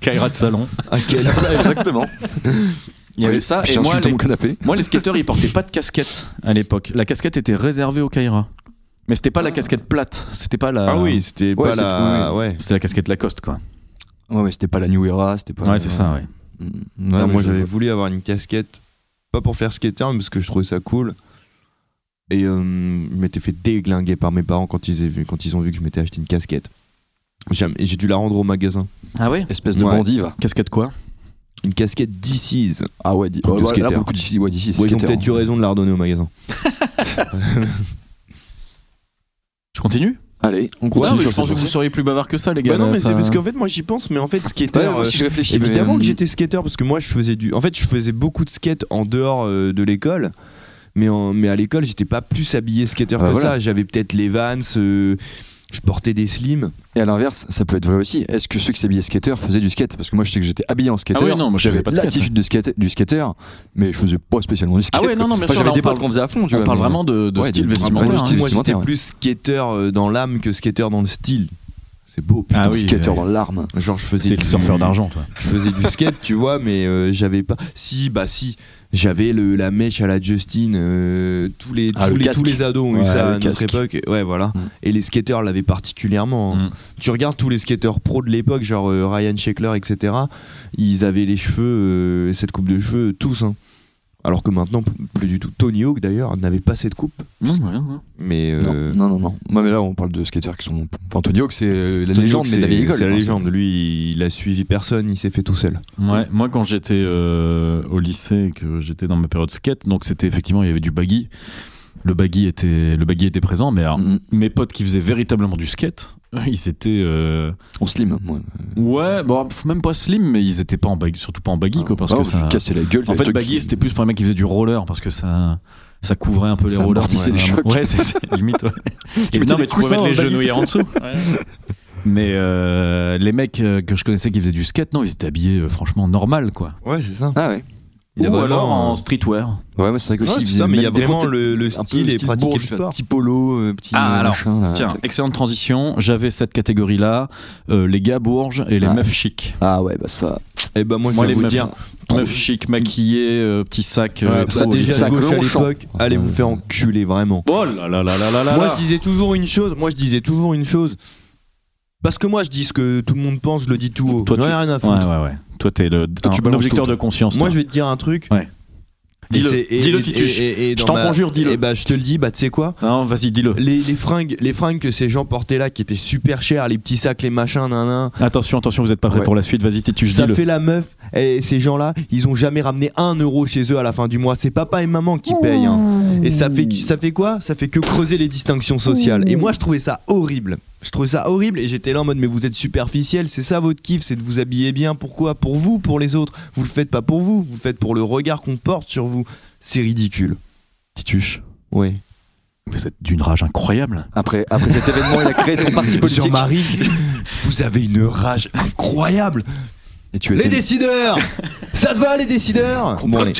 D: Kaira de salon.
E: Ah, quelle.
F: Ouais, Exactement.
D: Il y avait ça.
F: Puis
D: Et moi,
F: j'insulte
D: les-
F: mon canapé.
D: Moi, les skateurs, ils portaient pas de casquette à l'époque. La casquette était réservée au Kaira. Mais c'était pas la casquette plate. C'était pas la.
E: Ah oui, c'était
F: Ouais,
E: pas
F: c'était-
E: la. Ouais.
D: C'était la casquette Lacoste, quoi.
F: Ouais, mais c'était pas la New Era, c'était pas.
D: Ouais, c'est ça, ouais.
F: Mm.
E: Ah,
F: Ouais, mais
E: moi
F: je-
E: j'avais voulu avoir une casquette, pas pour faire skater, mais parce que je trouvais ça cool. Et euh, je m'étais fait déglinguer par mes parents quand ils, aient vu, quand ils ont vu que je m'étais acheté une casquette. J'aime- et J'ai dû la rendre au magasin.
D: Ah ouais
F: Espèce de
E: Ouais.
F: bandit, va.
D: Casquette quoi
E: Une casquette DC's.
F: Ah ouais, di-
E: Beaucoup
F: ouais,
E: de
F: ouais, là,
E: skateurs.
F: beaucoup de ouais, d'ici,
E: Ouais, ils ont
F: skateurs. hein.
E: peut-être eu raison de la redonner au magasin.
D: Je continue
F: Allez, on
D: Ouais,
F: continue
D: mais
F: sur
D: je pense
F: ce
D: que vous
F: sujet.
D: seriez plus bavard que ça, les gars.
E: Bah non, mais
D: ça-
E: c'est parce qu'en fait, moi j'y pense, mais en fait, skater.
F: Ouais, moi
E: euh,
F: aussi, je réfléchis.
E: Évidemment
F: mais,
E: que
F: euh,
E: j'étais skater parce que moi je faisais du. En fait, je faisais beaucoup de skate en dehors euh, de l'école. Mais, en- mais à l'école, j'étais pas plus habillé skater
F: Ah,
E: que
F: voilà.
E: ça. J'avais peut-être les Vans, euh, je portais des slims.
F: Et à l'inverse, ça peut être vrai aussi. Est-ce que ceux qui s'habillaient skater faisaient du skate Parce que moi, je sais que j'étais habillé en skater.
D: Ah oui, non, moi, je
F: j'avais
D: faisais pas de skate,
F: l'attitude de skate, du skater, mais je faisais pas spécialement du skate.
D: Ah ouais, non, non, bien
F: Enfin,
D: sûr,
F: J'avais
D: là,
F: des
D: on parle-
F: potes qu'on faisait à fond, tu
D: On
F: vois.
D: parle
F: mais-
D: vraiment de, de
F: Ouais,
D: style
F: de-
D: vestimentaire.
F: vraiment
D: hein.
F: du style.
E: Moi, j'étais
F: vestimentaire.
E: plus skater euh, dans l'âme que skater dans le style. C'est beau, putain.
D: Ah
F: Un
D: oui,
F: skater
D: ouais.
F: dans l'arme.
E: Genre, je faisais
D: T'es le
E: du-
D: surfeur d'argent, toi.
E: Je faisais du skate, tu vois, mais euh, j'avais pas. Si, bah si. J'avais le, la mèche à la Justin. euh, tous, les,
F: Ah,
E: tous,
F: le
E: les,
F: casque.
E: tous les ados ont
F: Ouais,
E: eu ça à
F: le
E: notre
F: casque.
E: époque. Ouais, voilà.
F: Mm.
E: Et les skateurs l'avaient particulièrement. hein.
D: Mm.
E: Tu regardes tous les skateurs pros de l'époque, genre euh, Ryan Sheckler, etc. Ils avaient les cheveux, euh, cette coupe de cheveux, tous. hein. Alors que maintenant, p- plus du tout. Tony Hawk, d'ailleurs, n'avait pas cette coupe.
D: Mmh, ouais, ouais.
E: Mais. euh,
F: Non, non, non. Moi, mais là, on parle de skateurs qui sont. Enfin, Tony Hawk, c'est euh, la
E: Tony
F: légende,
E: Hawk,
F: mais de la
E: c'est-
F: vieille école.
E: C'est la
F: enfin,
E: légende. Lui, il a suivi personne, il s'est fait tout seul.
D: Ouais, moi quand j'étais euh, au lycée et que j'étais dans ma période skate, donc c'était effectivement il y avait du baggy. Le baggy était le baggy était présent mais alors,
F: Mhm.
D: mes potes qui faisaient véritablement du skate, ils étaient euh,
F: On slim. moi.
D: ouais, bon pff, même pas slim mais ils étaient pas en baggy, surtout pas en baggy quoi parce
F: Ah,
D: que
F: je me
D: ça
F: suis cassé la gueule.
D: En
F: les
D: fait
F: trucs
D: baggy
F: qui-
D: c'était plus pour les mecs qui faisaient du roller parce que ça ça couvrait un peu les
F: Ça
D: rollers.
F: amortissait les chocs.
D: Ouais, c'est c'est- limite ouais. Et
F: mettais
D: non
F: des
D: mais tu pouvais
F: coussins
D: mettre les
F: en baggy.
D: genouillères en dessous. Mais euh, les mecs euh, que je connaissais qui faisaient du skate, non, ils étaient habillés euh, franchement normal quoi.
E: Ouais, c'est ça.
F: Ah ouais.
E: Il y a
D: Ou
E: vraiment,
D: alors
E: euh,
D: en streetwear.
F: Ouais, mais c'est vrai que
E: Ouais,
F: aussi,
E: c'est
F: ils
E: ça, mais il y a
F: mettaient
E: vraiment
F: peut-être
E: le, le
F: un peu
E: style et
F: style
E: pratiquer
F: bourge,
E: du sport.
F: Petit polo, euh, petit
D: Ah,
F: euh,
D: alors,
F: machin. là.
D: Tiens, excellente transition. J'avais cette catégorie-là, euh, les gars bourges et les
F: Ah.
D: meufs chic.
F: Ah ouais, bah ça.
E: Et ben
D: Moi,
E: moi, je vais
D: les
E: vous
D: meufs.
E: dire,
D: Meufs chic, maquillées, euh, petit sac. euh,
E: ça
D: tout,
E: bah, déjà
D: petit sac.
E: à gauche à
F: Longchamp.
E: l'époque, allez vous faire enculer vraiment.
D: Oh là là là hein. là là là
E: moi
D: là.
E: je disais toujours une chose, moi je disais toujours une chose. Parce que moi je dis ce que tout le monde pense, je le dis tout haut.
D: Toi,
E: J'en ai
D: tu-
E: rien à
D: Ouais,
E: foutre.
D: ouais, ouais. Toi, t'es le,
F: Toi, tu
D: un
F: balances
D: objecteur
F: tout,
D: de conscience.
E: Moi
D: toi.
E: je vais te dire un truc.
D: Ouais. Dis-le, dis-le, Tituche. Je t'en conjure, dis-le.
E: Et bah je te le dis, bah tu sais quoi
D: Non, vas-y, dis-le.
E: les, les fringues, les fringues que ces gens portaient là, qui étaient super chères, les petits sacs, les machins, nan nan.
D: Attention, attention, vous êtes pas prêts
F: Ouais.
D: pour la suite. Vas-y, Titus,
E: Ça
D: dis-le.
E: fait la meuf. Et ces gens-là, ils ont jamais ramené un euro chez eux à la fin du mois. C'est papa et maman qui payent. hein. Et ça fait, ça fait quoi Ça fait que creuser les distinctions sociales. Et moi, je trouvais ça horrible. Je trouvais ça horrible et j'étais là en mode mais vous êtes superficiel, c'est ça votre kiff, c'est de vous habiller bien. Pourquoi Pour vous, pour les autres. Vous le faites pas pour vous, vous le faites pour le regard qu'on porte sur vous. C'est ridicule.
D: Tituche,
E: Ouais.
D: vous êtes d'une rage incroyable.
F: Après, après cet événement, il a créé son parti politique.
E: Jean-Marie, vous avez une rage incroyable.
F: Et tu
E: Les
F: étais-
E: décideurs Ça te va les décideurs Bon, allez.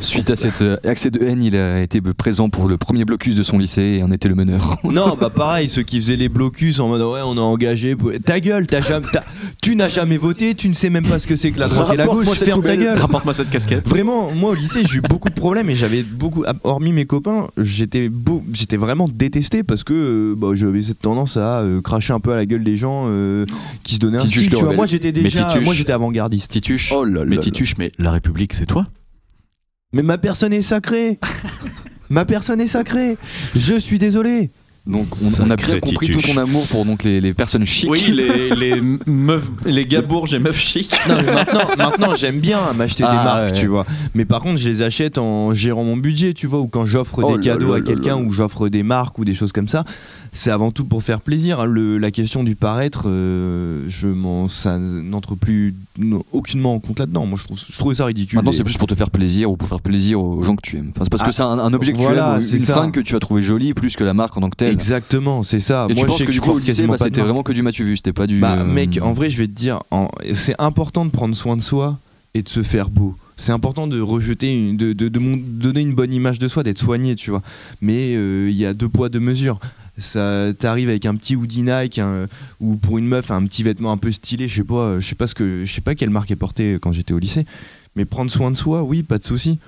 F: Suite à cet euh, accès de haine, il a été présent pour le premier blocus de son lycée et en était le meneur.
E: Non, bah pareil, ceux qui faisaient les blocus en mode ouais, on a engagé. pour- Ta gueule, t'as jamais- t'as- tu n'as jamais voté, tu ne sais même pas ce que c'est que la droite et la
F: Rapporte-moi
E: gauche,
F: cette
E: ferme ta
F: poubelle.
E: gueule.
D: Rapporte-moi cette casquette.
E: Vraiment, moi au lycée, j'ai eu beaucoup de problèmes et j'avais beaucoup, ah, hormis mes copains, j'étais beau- j'étais vraiment détesté parce que euh, bah, j'avais cette tendance à euh, cracher un peu à la gueule des gens euh, qui se donnaient un
F: Tituche
E: style. tu
F: le
E: vois.
F: rebelle.
E: Moi j'étais
D: Mais
E: déjà,
D: Tituche-
E: moi j'étais avant-gardiste.
D: Tituche.
F: là
D: mais Tituche, mais la République, c'est toi
E: Mais ma personne est sacrée Ma personne est sacrée Je suis désolé
F: Donc on, on a bien
D: Sacré
F: compris
D: Tituche.
F: tout ton amour pour donc les, les personnes chics.
D: Oui, les, les meufs, les gars bourges et meufs chic.
E: Non, mais maintenant, maintenant j'aime bien m'acheter
F: Ah,
E: des marques,
F: ouais.
E: tu vois. Mais par contre, je les achète en gérant mon budget, tu vois, ou quand j'offre
F: Oh
E: des
F: là
E: cadeaux
F: là
E: à
F: là
E: quelqu'un,
F: là.
E: ou j'offre des marques, ou des choses comme ça. C'est avant tout pour faire plaisir. hein. Le- la question du paraître, euh, je m'en, ça n'entre plus non, aucunement en compte là-dedans. Moi, je trouve, je trouve ça ridicule.
F: Maintenant,
E: Et-
F: c'est plus pour te faire plaisir ou pour faire plaisir aux gens que tu aimes. Enfin, c'est parce
E: Ah,
F: que c'est un, un objet que
E: voilà,
F: tu aimes, ou
E: c'est
F: une
E: ça.
F: fringue que tu as trouvé jolie plus que la marque en tant que telle.
E: Exactement, c'est ça. Moi,
F: Et tu
E: je
F: penses
E: sais
F: que,
E: que
F: du
E: je
F: coup, au
E: porte
F: lycée,
E: quasiment
F: bah,
E: pas de
F: c'était
E: marque.
F: vraiment que du Mathieu Vu, c'était pas du.
E: Bah
F: euh,
E: mec, en vrai, je vais te dire, en- c'est important de prendre soin de soi et de se faire beau. C'est important de rejeter, une- de, de- de mon- donner une bonne image de soi, d'être soigné, tu vois. Mais euh, il y a deux poids, deux mesures. Ça t'arrive avec un petit hoodie Nike un- ou pour une meuf un petit vêtement un peu stylé, je sais pas, euh, je sais pas ce que, je sais pas quelle marque est portée quand j'étais au lycée. Mais prendre soin de soi, oui, pas de souci.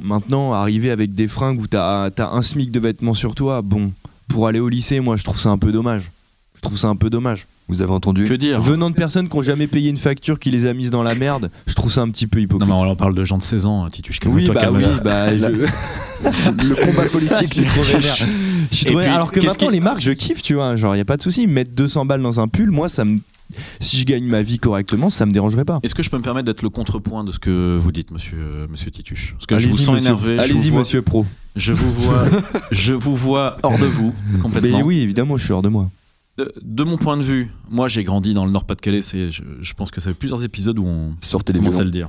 E: Maintenant, arriver avec des fringues où t'as as un smic de vêtements sur toi, bon, pour aller au lycée, moi je trouve ça un peu dommage. Je trouve ça un peu dommage.
F: Vous avez entendu
D: Que dire
E: Venant de personnes qui n'ont jamais payé une facture, qui les a mises dans la merde, je trouve ça un petit peu
D: Non,
E: hypocrite.
D: mais on en parle de gens de 16 ans, hein, Tituche.
E: oui,
D: calme-toi,
E: bah oui,
D: calme-toi.
E: bah je,
F: le combat
E: je
F: politique
E: suis
F: de
E: trop vénère.
F: Tituche.
E: Je suis
D: Et
E: trop vénère.
D: puis,
E: Alors que
D: qu'est-ce
E: maintenant,
D: qui-
E: les marques, je kiffe, tu vois. Genre, y a pas de souci. Mettre 200 balles dans un pull, moi, ça me. Si je gagne ma vie correctement, ça me dérangerait pas.
D: Est-ce que je peux me permettre d'être le contrepoint de ce que vous dites, monsieur, euh, monsieur Tituche Parce que je
E: Allez-y,
D: vous sens
E: monsieur-
D: énervé. je
E: Allez-y,
D: vous vois-
E: monsieur pro.
D: Je vous vois, je vous vois hors de vous complètement.
E: Mais oui, évidemment, je suis hors de moi.
D: de, de mon point de vue, moi j'ai grandi dans le Nord-Pas-de-Calais. C'est, je, je pense que ça fait plusieurs épisodes où on
F: Sortez les
D: commence à
F: violons.
D: le dire.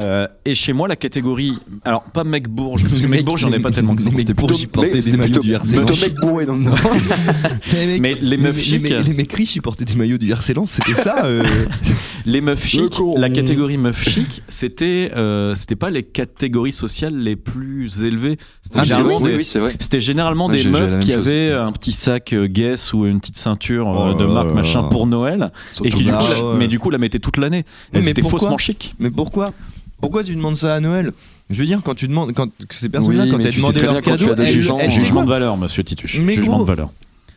D: Euh, et chez moi, la catégorie. Alors, pas mec bourge, parce que mec bourge, j'en ai pas tellement que ça.
F: C'était
E: plutôt- mais
F: C'était plutôt plutôt mec bourré dans le Nord.
E: Les mecs-
D: Mais les meufs
E: les,
D: chics.
E: les mecs riches, ils portaient des maillots du RC Lens, c'était ça euh,
D: Les meufs
E: Le
D: chic,
E: con.
D: la catégorie meufs chic, c'était euh, c'était pas les catégories sociales les plus élevées. C'était
F: Ah,
D: généralement
F: oui,
D: des-
F: oui, c'est vrai.
D: C'était généralement
F: Ouais,
D: des
F: j'ai- j'ai la
D: meufs
F: même
D: qui
F: chose.
D: avaient un petit sac euh, Guess ou une petite ceinture euh,
E: Oh
D: de
E: là
D: marque
E: là
D: machin
E: là.
D: pour Noël et qui du
E: bah,
D: coup, la-
E: ouais.
D: mais du coup la mettaient toute l'année.
E: Mais
D: Et C'était
E: pourquoi
D: faussement chic.
E: Mais pourquoi Pourquoi tu demandes ça à Noël Je veux dire, quand tu demandes, quand que ces personnes-là,
F: Oui,
E: quand
F: mais
E: elles
F: tu sais
E: demandaient
F: très
E: leur
F: bien quand tu
E: cadeau,
F: as des
E: elles-
F: gens-
E: elles-
D: Jugement
E: elles-
D: de valeur, monsieur Tituche.
E: Mais
D: Jugement
E: gros.
D: de valeur.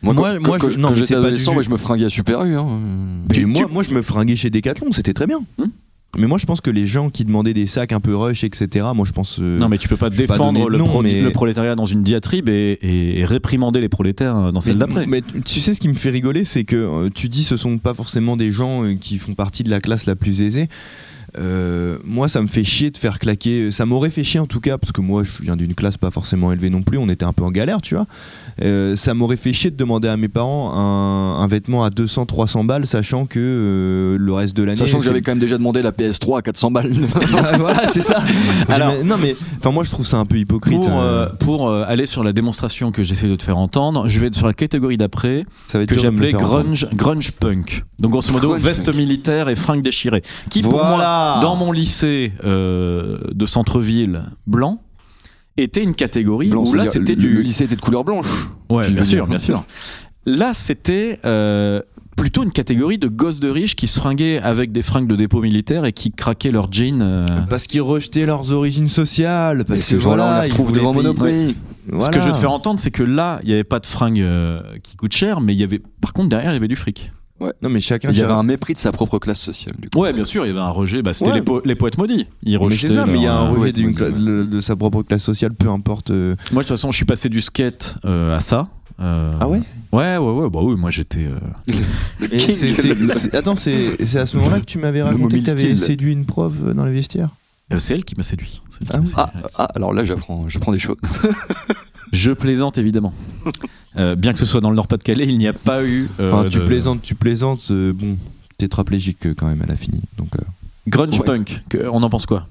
F: Moi,
E: Moi,
F: quand,
E: moi,
F: quand-
E: je-
F: quand
E: non, mais c'est
F: j'étais
E: pas du
F: adolescent,
E: jeu.
F: moi, je me fringuais à Super U. Hein.
E: Mais moi, moi, je me fringuais chez Decathlon, c'était très bien.
D: Hmm.
E: mais moi, je pense que les gens qui demandaient des sacs un peu rush, etc. Moi, je pense. euh,
D: Non mais tu peux pas
E: vais pas
D: défendre
E: donner de
D: le,
E: nom,
D: pro-
E: mais-
D: le prolétariat dans une diatribe et, et- et réprimander les prolétaires euh, dans celle
E: mais-
D: d'après.
E: Mais tu sais ce qui me fait rigoler, c'est que euh, tu dis ce sont pas forcément des gens euh, qui font partie de la classe la plus aisée. Euh, moi, ça me fait chier de faire claquer. Ça m'aurait fait chier en tout cas, parce que moi, je viens d'une classe pas forcément élevée non plus. On était un peu en galère, tu vois. Euh, ça m'aurait fait chier de demander à mes parents un, un vêtement à 200-300 balles, sachant que euh, le reste de l'année.
F: Sachant que
E: c'est- Ah,
F: j'avais quand même déjà demandé la PS3 à 400 balles.
E: voilà, c'est ça.
D: Alors-
E: Je me- non, mais enfin, moi, je trouve ça un peu hypocrite.
D: Pour,
E: euh,
D: euh, pour euh, aller sur la démonstration que j'essaie de te faire entendre, je vais être sur la catégorie d'après
E: ça va être
D: que
E: dur de me le
D: j'appelais
E: faire entendre.
D: grunge, grunge punk. Donc grosso modo,
F: Grunge
D: veste
F: punk.
D: militaire et fringues déchirées. Qui pour
E: Voilà.
D: moi, dans mon lycée euh, de centre-ville blanc, était une catégorie
F: Blanc,
D: où là
F: c'est-à-dire,
D: c'était
F: le- Le
D: du...
F: lycée était de couleur blanche.
D: Ouais,
F: tu
D: bien
F: veux
D: sûr,
F: dire.
D: bien sûr. Là c'était... euh, Plutôt une catégorie de gosses de riches qui se fringuaient avec des fringues de dépôt militaire et qui craquaient leurs jeans. euh,
E: Parce qu'ils rejetaient leurs origines sociales. Parce
F: Et
E: que
F: ces gens-là, on
E: voilà,
F: les
E: ils
F: retrouve
E: voulaient
F: devant
E: payer-
F: Monoprix.
E: Voilà.
D: Ce que je veux te faire entendre, c'est que là, il n'y avait pas de fringues euh, qui coûtent cher, mais il y avait, par contre, derrière, il y avait du fric.
E: Non, mais chacun.
F: Il y avait
E: sa-
F: un mépris de sa propre classe sociale. Du coup.
D: Ouais, bien sûr, il y avait un rejet. Bah, c'était
E: Ouais.
D: les, po- les poètes maudits. Ils
E: Mais c'est
D: rejetaient
E: ça, mais il y a un
D: leur-
F: ouais,
E: rejet d'une
F: ouais,
E: cla-
F: ouais.
E: le- de sa propre classe sociale, peu importe. euh,
D: Moi, de toute façon, je suis passé du skate euh, à ça. Euh,
F: Ah ouais
D: Ouais, ouais, ouais. Bah oui, moi, j'étais. euh,
E: et
F: king.
E: c'est- c'est- c'est- Attends, c'est c'est à ce moment-là que tu m'avais raconté
F: mobile
E: que t'avais
F: style.
E: séduit une prof euh, dans les vestiaires
D: euh, c'est elle qui m'a séduit. C'est elle qui
E: Ah
D: m'a
E: oui.
D: séduit.
F: Ah, ah, alors là, j'apprends j'apprends des choses.
D: Je plaisante, évidemment. Euh, bien que ce soit dans le Nord-Pas-de-Calais, il n'y a pas eu. euh,
E: Enfin, tu
D: de-
E: plaisantes, tu plaisantes. euh, Bon, tétraplégique euh, quand même, elle a fini. Donc, euh,
D: Grunge
F: Ouais.
D: punk. que- on en pense quoi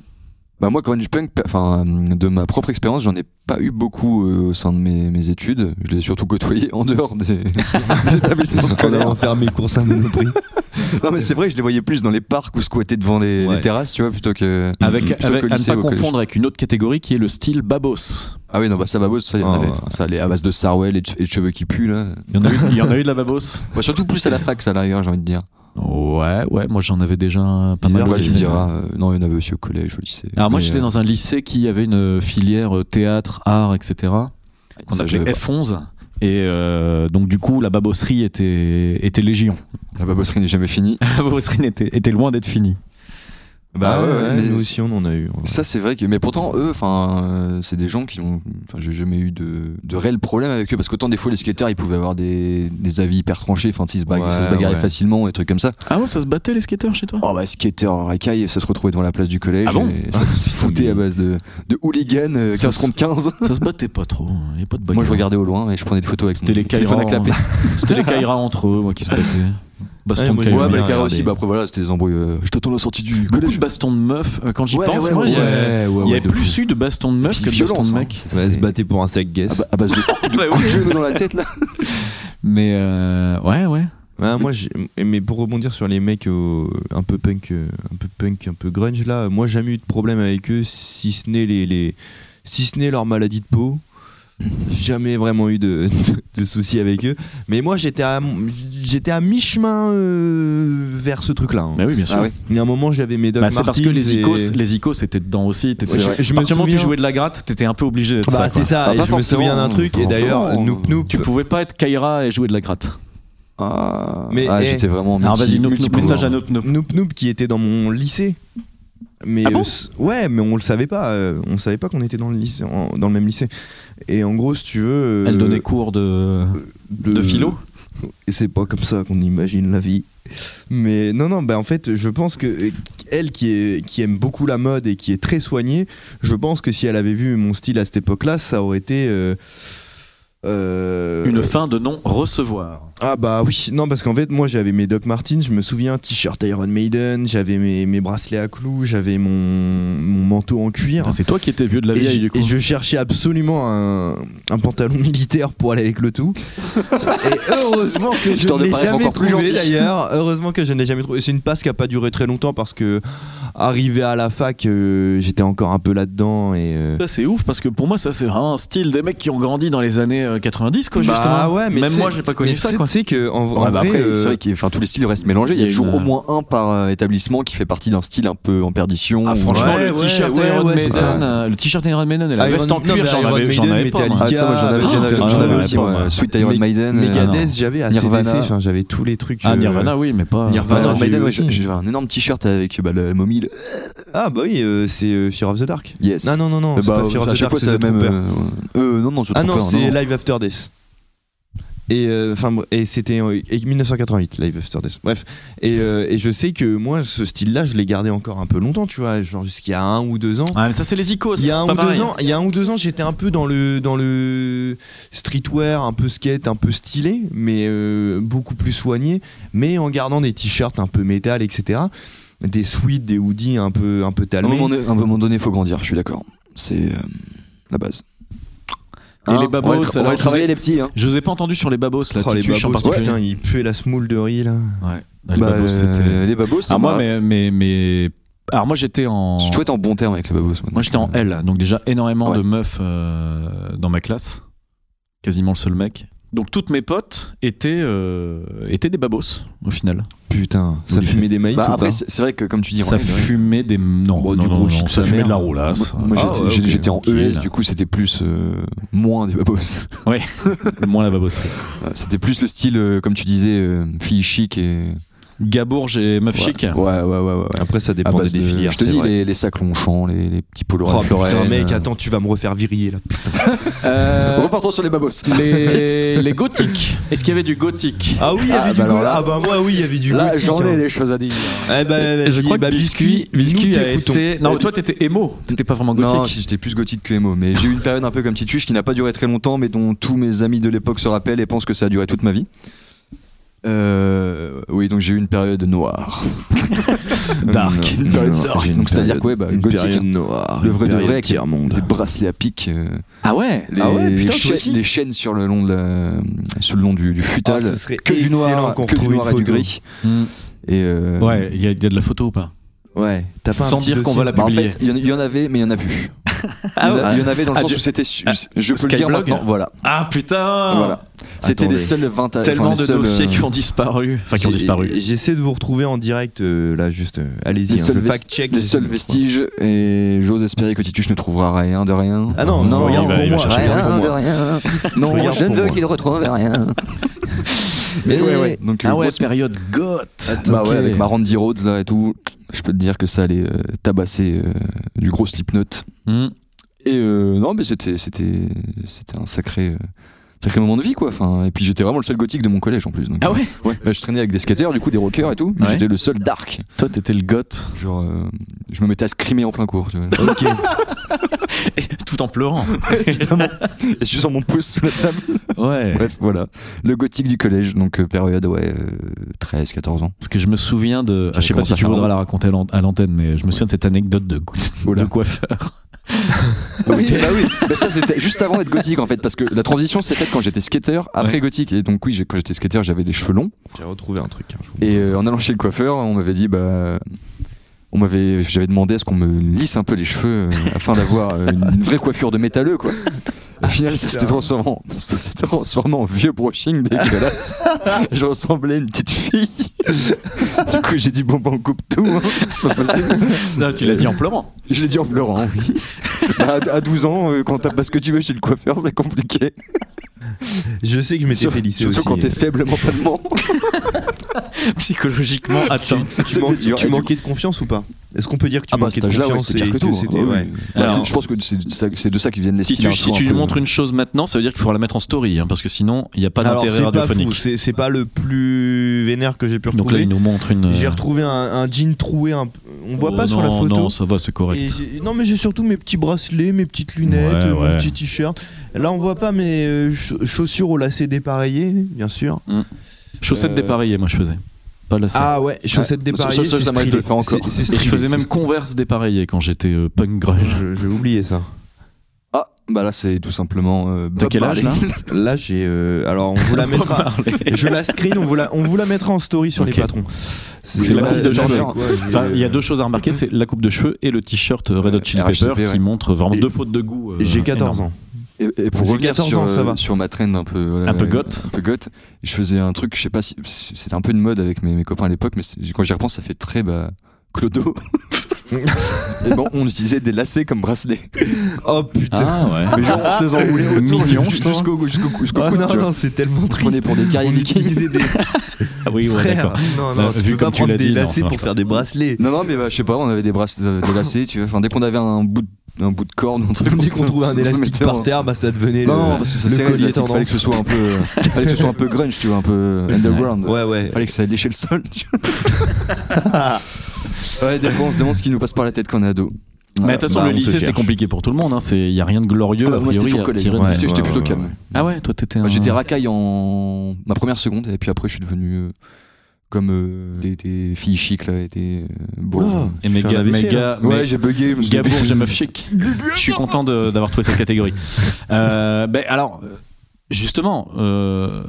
F: Bah moi, grunge punk, enfin, de ma propre expérience, j'en ai pas eu beaucoup euh, au sein de mes, mes études. Je l'ai surtout côtoyé en dehors des, des établissements
E: en allant
F: scolaires.
E: faire mes courses à Monoprix.
F: Non mais c'est vrai, je les voyais plus dans les parcs ou squatter devant les, les
D: Ouais.
F: terrasses, tu vois, plutôt que
D: Avec,
F: plutôt
D: avec
F: qu'au
D: à ne
F: lycée
D: pas
F: ou au collège.
D: confondre avec une autre catégorie qui est le style babos.
F: Ah oui, non, bah ça babose, ça y en
E: Ah,
F: avait.
E: ouais.
F: Enfin, Ça, les à base de sarouel et de, et de cheveux qui puent là.
D: Il y en a eu, il y en a eu de la babos.
F: Bah, surtout plus à la fac, ça à la rigueur, j'ai envie de dire.
D: Ouais, ouais, moi j'en avais déjà pas mal
F: Bizarre,
D: au
F: tu me
D: lycée.
F: diras, euh, non, il y en avait aussi au collège, au lycée.
D: Alors moi
F: Mais,
D: j'étais
F: euh,
D: dans un lycée qui avait une filière euh, théâtre, art, etc. qu'on
F: euh, ça,
D: appelait
F: j'avais pas.
D: F11. Et euh, donc du coup la babosserie était, était légion.
F: La babosserie n'est jamais finie.
D: La babosserie n'était- était, loin d'être finie.
E: Ah ouais, ouais,
F: Bah, mais
E: nous aussi on en a eu. ouais.
F: Ça c'est vrai que mais pourtant eux enfin euh, c'est des gens qui ont enfin j'ai jamais eu de de réel problème avec eux parce qu'autant des fois les skateurs ils pouvaient avoir des, des avis hyper tranchés enfin s'ils se, bagarraient-
E: Ouais,
F: ça se bagarraient
E: ouais.
F: facilement des trucs comme ça
D: Ah ouais ça se battait les skateurs chez toi
F: oh bah skateur racaille ça se retrouvait devant la place du collège
D: Ah bon
F: et ça se foutait à base de de hooligans euh,
D: Ça
F: 15
D: se-
F: contre 15
D: Ça se battait pas trop, il n'y avait pas de bagarre.
F: moi je regardais au loin et je prenais des photos avec
D: C'était les
F: mon téléphone à
D: Kairas.
F: clapet.
D: C'était les Kaira entre eux moi qui se battaient. Baston
E: Ouais,
D: de
E: moi,
D: Kaira.
E: j'aimais
F: ouais bah les
E: bien
F: Kairas aussi
E: regarder.
F: bah après voilà c'était des embrouilles euh, je t'attends à la sortie du
D: Beaucoup
F: collège
D: de bastons de meufs, euh, quand j'y
F: Ouais,
D: pense,
F: ouais,
D: moi
F: ouais,
D: il y avait-
E: ouais, ouais,
D: il y
E: ouais,
D: avait
E: de
D: plus eu de bastons de
F: Et
D: meufs
F: puis
D: que de bastons
F: violence,
D: de
F: hein.
D: mecs.
F: Ça,
E: Ouais, se
F: c'est- Ah
E: battait pour un sac guess.
F: à ba- à base de
D: Bah
F: de
D: oui.
F: coups de cheveux dans la tête là
D: Mais euh, ouais ouais.
E: Ouais, Bah, moi, j'ai- mais pour rebondir sur les mecs au- un peu punk, euh, un peu punk, un peu grunge là, euh, moi j'ai jamais eu de problème avec eux, si ce n'est les, les- si ce n'est leur maladie de peau. J'ai Jamais vraiment eu de, de, de soucis avec eux. Mais moi j'étais à, j'étais à mi-chemin euh, vers ce truc là. hein.
D: Bah oui bien sûr.
F: ah ouais
E: Il y a un moment j'avais mes Doc
D: Bah, c'est parce que
E: Martens
D: les
E: et-
D: icos, les icos étaient dedans aussi. T'étais-
E: Ouais, je-
D: à
E: je
D: partir
E: me
D: du moment où tu
E: souviens-
D: jouais de la gratte, t'étais un peu obligé d'être
E: Bah
D: ça. quoi.
E: c'est ça,
F: Ah,
E: et
F: pas
E: je me souviens
F: forcément,
E: d'un truc,
F: pas
E: et d'ailleurs,
F: forcément.
E: Noop Noop,
D: Tu pouvais pas être Kaira et jouer de la gratte.
F: Ah,
E: Mais,
F: ah,
E: eh.
F: j'étais vraiment
D: Alors
F: multi,
D: vas-y, nos
F: multi-
D: message à notre
E: Noop Noop qui était dans mon lycée. Mais
D: Ah bon
E: euh, c- ouais, mais on le savait pas. euh, on savait pas qu'on était dans le lycée, en- dans le même lycée. Et en gros, si tu veux, euh,
D: Elle donnait cours de,
E: de,
D: de philo.
E: Et c'est pas comme ça qu'on imagine la vie. Mais non, non, bah en fait, je pense que euh, elle qui est qui aime beaucoup la mode et qui est très soignée, je pense que si elle avait vu mon style à cette époque-là, ça aurait été euh, Euh,
D: Une fin de non-recevoir.
E: Ah bah oui, non parce qu'en fait moi j'avais mes Doc Martens, je me souviens, t-shirt Iron Maiden, j'avais mes, mes bracelets à clous, j'avais mon, mon manteau en cuir.
D: Putain, C'est toi qui étais vieux de la
E: Et
D: vieille,
E: je,
D: du coup.
E: et je cherchais absolument un, un pantalon militaire pour aller avec le tout. et heureusement que je
F: Histoire
E: ne
F: de
E: l'ai
F: paraître
E: jamais
F: encore plus
E: trouvé
F: gentil.
E: d'ailleurs. Heureusement que je ne l'ai jamais trouvé. C'est une passe qui a pas duré très longtemps parce que arrivé à la fac, euh, j'étais encore un peu là-dedans et. euh,
D: Ça, c'est ouf parce que pour moi, ça, c'est vraiment un style des mecs qui ont grandi dans les années euh, 90, quoi,
E: Bah
D: justement.
E: ouais, mais
D: Même
E: tu
D: moi,
E: sais-
D: j'ai pas connu
E: mais
D: ça,
E: tu sais-
D: quoi.
E: Tu sais que en, en
F: Ouais, bah
E: vrai,
F: après,
E: euh,
F: c'est vrai que enfin, tous les styles restent mélangés. Il y a toujours au moins un par euh, établissement qui fait partie d'un style un peu en perdition.
D: Ah,
F: ou-
D: franchement,
E: Ouais,
D: le
E: ouais,
D: t-shirt
E: ouais,
D: Iron
E: ouais, c'est
D: Maiden,
E: ça.
D: euh, le t-shirt Iron Maiden et la
E: Iron-
D: veste en
E: non,
D: cuir,
E: mais
D: j'en
E: Iron
D: avais, j'en
E: Maiden,
D: avais pas. moi.
E: Metallica,
F: Ah, ça, moi, j'en avais,
E: Ah,
F: j'en avais-
D: ah,
F: j'en
D: ouais,
F: avais
D: ouais,
F: aussi,
D: pas
F: moi.
D: mal.
F: Sweet Iron
E: Meg-
F: Maiden. euh,
E: Megadeth, j'avais ACDC,
F: Nirvana.
E: enfin, j'avais tous les trucs.
D: Ah,
E: euh,
D: Nirvana, oui, mais pas.
F: Ah,
E: Nirvana,
F: Iron
E: j'ai
F: Maiden,
E: eu
F: ouais,
E: aussi.
F: j'ai j'ai un énorme t-shirt avec bah, le momie. le-
E: Ah bah oui, euh, c'est euh, Fear of the Dark.
F: Yes.
E: Non non non non,
F: Euh,
E: c'est
F: bah,
E: pas Fear of
F: à
E: the
F: chaque
E: Dark,
F: fois,
E: c'est
F: c'est la
E: The
F: même.
E: Trooper.
F: euh, euh, non, non, je
E: Ah
F: trompe
E: non,
F: pas,
E: c'est Live After Death. Et euh, enfin br- et c'était en et 1988 Live After Death. Bref, et, euh, et je sais que moi ce style-là, je l'ai gardé encore un peu longtemps, tu vois, genre jusqu'il y a un ou deux ans.
D: Ah, mais ça, c'est les icos.
E: Il y, a un
D: c'est
E: ou
D: pas
E: deux
D: pareil.
E: ans, il y a un ou deux ans, j'étais un peu dans le, dans le streetwear, un peu skate, un peu stylé, mais euh, beaucoup plus soigné, mais en gardant des t-shirts un peu métal, etc. Des sweats, des hoodies un peu, un peu
F: À un
E: talmés.
F: moment, donné- à un moment donné, faut grandir, je suis d'accord. C'est euh, la base. Hein,
D: Et les babos,
F: on va, le tra- on va
D: alors,
F: le travailler
D: vous
F: les petits. Hein.
D: Je vous ai pas entendu sur les babos, là,
E: Oh, les
D: Tituche en
E: babos,
D: particulier.
E: putain, ils puaient la semoule de riz, là.
D: Ouais.
E: Ah,
D: Les
F: Bah,
D: babos, c'était.
F: euh, les babos, c'est
D: Ah, moi,
F: moi.
D: mais, mais, mais. Alors, moi, j'étais en.
F: Je dois être en bon terme avec les babos.
D: Moi, j'étais en L, donc déjà énormément
F: Ouais.
D: de meufs euh, dans ma classe. Quasiment le seul mec. Donc, toutes mes potes étaient, euh, étaient des babos, au final.
E: Putain, ça
D: Oui,
E: fumait des maïs
F: Bah,
E: ou
F: après,
E: pas
F: c'est c'est vrai que, comme tu dis, en
D: ça
F: L, ouais.
D: fumait des. Non,
F: Bon,
D: non,
F: du
D: non,
F: gros
D: non,
F: shit de
D: ça
F: sa
D: fumait
F: mère.
D: de la roulasse.
F: Moi,
E: Ah,
F: j'étais-
E: ouais,
F: j'étais
E: ok.
F: j'étais en
D: Tranquille.
F: ES, du coup, c'était plus euh, moins des babos.
D: Moins la babosserie.
F: Ouais, c'était plus le style, euh, comme tu disais, euh, fille chic et.
D: Gabourge et meuf
F: Ouais.
D: chic.
F: Ouais, ouais, ouais. ouais, ouais.
E: Après, ça
F: À
E: dépend
F: base
E: des
F: de-
E: filières.
F: je te
E: c'est
F: dis,
E: vrai.
F: les, les sacs Longchamp, les, les petits polos
E: Oh,
F: à Florel,
E: putain, mec,
F: euh,
E: attends, tu vas me refaire virier, là.
D: Euh,
F: Repartons sur les babos.
D: les, les gothiques. Est-ce qu'il y avait du gothique
E: Ah oui, il y
F: Ah,
E: avait du
F: bah,
E: go-
F: alors là-
E: Ah bah moi, oui, il y avait du
F: Là,
E: gothique,
F: j'en
E: hein.
F: ai des choses à dire.
E: Eh
D: Je
E: bah, vas-y,
D: crois
E: bah,
D: que ben, Biscuit,
E: nous
D: Biscuit a
E: t'écoutons.
D: été. Non, mais toi, t'étais émo. T'étais pas vraiment gothique.
F: Non, si j'étais plus gothique que Emo, mais j'ai eu une période un peu comme Tituche qui n'a pas duré très longtemps, mais dont tous mes amis de l'époque se rappellent et pensent que ça a duré toute ma vie. Euh, oui, donc j'ai eu une période noire.
D: Dark.
F: Une période
E: Non,
F: dark.
E: j'ai une
F: Donc c'est-à-dire
E: période-
F: que ouais, bah,
E: une
F: gothique,
E: période noire,
F: le
E: une
F: vrai de
E: période
F: vrai, qui
E: tiers-monde.
F: des bracelets à pic, euh,
D: Ah ouais
F: les,
E: Ah ouais, putain,
F: chaînes-
E: toi aussi
F: les chaînes sur le long de la, sur le long du, du
E: Ah,
F: futal,
E: ce serait
F: que du
E: excellent
F: noir,
E: qu'on
F: que du
E: retrouve
F: noir
E: une
F: et du
E: photo.
F: gris.
D: Hmm.
F: Et euh,
D: Ouais, il y, a- il y a de la photo ou pas
E: Ouais, t'as pas un
D: Sans
E: petit
D: dire qu'on
E: dossier
D: va la
F: Bah, en
D: publier.
F: fait, il y en- il y, en avait, mais il y en a plus.
E: Ah
F: il, y en a-
D: ouais.
F: il y en avait dans le
D: Ah,
F: sens
D: du-
F: où c'était. su-
D: ah,
F: je peux le dire
D: Skyblog
F: maintenant. Voilà.
D: Ah putain
F: voilà. C'était les
E: Attendez.
F: seuls 20
D: Tellement
F: enfin, les
D: de
F: seuls,
D: dossiers
F: euh,
D: qui ont disparu. Enfin, qui ont
E: J'ai-
D: disparu.
E: J'essaie de vous retrouver en direct euh, là, juste. euh, Allez-y,
F: Les
E: hein,
F: seuls
E: je
F: vest-
E: fact-check.
F: Les
E: je-
F: seuls
E: je-
F: vestiges, et j'ose espérer que Titus ne trouvera rien de rien.
E: Ah non,
F: non,
E: non,
F: il
E: regarde
F: va-
E: pour
D: il va
E: moi.
D: chercher,
E: regarde pour
F: rien de
E: moi.
F: rien. Non,
E: regarde
F: je ne
E: pour
F: veux
E: moi.
F: qu'il retrouve rien.
E: Mais ouais, ouais.
F: Donc, euh,
D: Ah ouais,
F: grosse-
D: période goth
F: bah
D: Ok.
F: ouais, avec ma Randy Rhodes là et tout, je peux te dire que ça allait euh, tabasser euh, du gros Slipknot.
D: Hmm.
F: Et euh, non, mais c'était c'était c'était un sacré euh, sacré moment de vie quoi. Enfin, et puis j'étais vraiment le seul gothique de mon collège en plus. donc,
D: Ah ouais
F: euh, ouais. Bah, je traînais avec des skateurs, du coup des rockers et tout. mais
D: Ouais.
F: J'étais le seul dark.
D: Toi, t'étais le goth.
F: Genre, euh, je me mettais à scrimer en plein cours. Tu vois.
E: Ok.
D: Tout en pleurant.
F: Évidemment. Et je suis sur mon pouce sous la table.
D: Ouais.
F: Bref, voilà. Le gothique du collège, donc euh, période ouais 13, 14 ans.
D: Parce que je me souviens de. ah, je sais pas
F: commencé
D: si
F: à
D: tu
F: faire
D: voudras
F: long.
D: la raconter à l'an- à l'antenne, mais je me souviens de cette anecdote de, cou-
F: Oh là.
D: de coiffeur.
F: Oui, bah oui. Mais ça, c'était juste avant d'être gothique, en fait, parce que la transition s'est faite quand j'étais skater, après
D: Ouais.
F: gothique. Et donc, oui, j'ai- quand j'étais skater, j'avais les cheveux longs.
E: J'ai retrouvé un truc. hein, je vous-
F: Et euh, en allant chez le coiffeur, on m'avait dit, bah. On m'avait, j'avais demandé à ce qu'on me lisse un peu les cheveux euh, afin d'avoir euh, une, une vraie coiffure de métalleux, quoi. Au final, ça s'était transformé, en- ça s'était transformé en vieux brushing dégueulasse. Je ressemblais à une petite fille. du coup, j'ai dit, bon, bah, on coupe tout, hein, c'est pas possible.
D: Non, tu l'as dit en pleurant.
F: Je l'ai dit en pleurant, oui. Bah, à à 12 ans, euh, quand t'as pas ce que tu veux chez le coiffeur, c'est compliqué.
E: Je sais que je m'étais
F: Sur-
E: fait lisser
F: surtout
E: aussi. euh.
F: quand t'es faible mentalement.
D: Psychologiquement atteint.
E: Tu,
F: C'était
E: manques-
F: dur.
E: tu
F: Et du
E: manquais de confiance ou pas Est-ce qu'on peut dire que tu
F: Ah bah,
E: manquais
F: cet
E: de
F: âge-là, ouais,
E: confiance
F: c'était pire
E: et
F: que tout, hein.
E: c'était-
F: Oui,
E: ouais.
F: oui. Bah,
D: Alors-
F: c'est- je pense que c'est de ça- c'est de ça que viennent les
D: Si
F: styles.
D: tu,
F: un
D: si
F: peu-
D: tu
F: un peu-
D: montres une chose maintenant, ça veut dire qu'il faudra la mettre en story, hein, parce que sinon, il n'y a pas
E: Alors,
D: d'intérêt
E: c'est pas fou,
D: radiophonique.
E: c'est c'est pas le plus vénère que j'ai pu
D: Donc là,
E: retrouver.
D: il nous montre une.
E: J'ai retrouvé un, un jean troué, un- on voit
D: Oh,
E: pas sur la
D: non,
E: photo.
D: Non, ça va, c'est
E: Et
D: correct.
E: j'ai- non mais j'ai surtout mes petits bracelets, mes petites lunettes,
D: Ouais,
E: euh,
D: ouais.
E: mon petit t-shirt. Là on voit pas mes euh, cha- chaussures au lacet dépareillé, bien sûr.
D: Chaussettes
E: euh,
D: dépareillées, moi je faisais. Pas la
E: Ah ouais, chaussettes
F: Ouais.
E: dépareillées.
F: Ça, ça, ça,
E: c'est
F: j'aimerais te
E: stylé.
F: le faire encore.
E: C'est- c'est
D: Et je
E: stylé.
D: faisais même Converse dépareillée quand j'étais euh, punk grunge.
E: Je- J'ai oublié ça.
F: Ah, bah là, c'est tout simplement. euh,
D: T'as
F: Bob
D: quel âge,
F: Marley.
E: Là j'ai, euh, alors on vous la mettra. je la screen, on vous la, on vous la mettra en story sur
D: Ok.
E: les patrons.
D: C'est la piste de Jordan.
E: quoi, j'ai-
D: Enfin, il y a deux choses à remarquer,
E: mm-hmm.
D: c'est la coupe de cheveux et le t-shirt euh, Red Hot
F: Ouais,
D: Chili
F: RHCP,
D: Pepper qui
F: ouais.
D: montre vraiment
E: Et-
D: deux fautes de goût. euh,
E: J'ai 14
D: énormes.
E: ans.
F: Et, et pour
E: J'ai
F: revenir
E: 14
F: sur,
E: ans, ça
F: euh,
E: va.
F: sur ma trend un peu voilà,
D: Un peu
F: euh,
D: goth.
F: un peu goth, je faisais un truc, je sais pas si c'était un peu une mode avec mes, mes copains à l'époque, mais c'est- quand j'y repense, ça fait très bah, clodo. et bon, on utilisait des lacets comme bracelets.
E: Oh putain.
D: Ah ouais.
F: Mais genre, on se les enroulait autour
D: Mignon,
F: ju-
D: je trouve.
F: jusqu'au jusqu'au cou- jusqu'au
E: Ah
F: coude.
E: non,
F: tu vois.
E: non, c'est tellement
F: on
E: triste.
F: est pour des
E: On
F: carrières
E: utilisait des
D: Ah oui, ouais,
E: frères.
D: d'accord.
E: Non,
D: Bah,
E: non, tu
D: vu
E: peux
D: comme
E: pas
D: tu
E: prendre
D: l'as
E: des
D: dit, non, ça
E: lacets
D: marche
E: pour faire des bracelets.
F: Non, non, mais bah, je sais pas, on avait des, bracelets, des lacets, tu vois. Enfin, dès qu'on avait un bout de, un bout de corde, ou un truc,
E: Dès
F: se-
E: qu'on trouvait
F: on
E: un
F: se
E: élastique
F: mettait en-
E: par terre, bah ça devenait le,
F: Non, non, parce que ça
E: le
F: serrait les
E: collier
F: élastiques, fallait que ce
E: tendance.
F: soit un peu, euh, fallait que ce soit un peu grunge, tu vois, un peu euh, underground.
E: Ouais, ouais.
F: Fallait que ça léchait le sol. tu vois. ouais, des fois, on se demande ce qui nous passe par la tête quand on est ado.
D: Mais de
F: Voilà.
D: toute façon,
F: Bah,
D: le
F: on se
D: lycée, c'est
F: cherche.
D: compliqué pour tout le monde. hein, c'est- Il n'y a rien de glorieux.
F: Ah bah,
D: a
F: moi, c'était
D: priori,
F: toujours
D: à
F: collège.
D: tirer
F: Au
D: de-
F: lycée, j'étais
E: hein, ouais,
F: plutôt
E: ouais,
F: calme.
D: Ah ouais, toi, t'étais.
F: Bah,
D: un-
F: J'étais racaille en ma première seconde, et puis après, je suis devenu euh, comme euh, des, des filles chic, là, et des euh, beaux.
E: Oh.
D: Et
E: Je suis
D: méga,
E: un AVC,
D: méga,
F: ouais, j'ai bugué. je me suis
D: Gabour,
F: dépêché.
D: j'aime chic. Je suis content de- d'avoir trouvé cette catégorie. Euh, ben alors, justement, euh,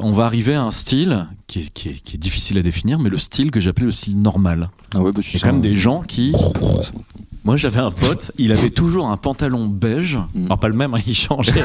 D: on va arriver à un style qui est, qui est- qui est difficile à définir, mais le style que j'appelais le style normal.
F: Ah ouais, bah, tu
D: Il y a
F: sens-
D: quand même des gens qui. Moi, j'avais un pote, il avait toujours un pantalon beige.
F: Mm.
D: Alors, pas le même, hein, il changeait.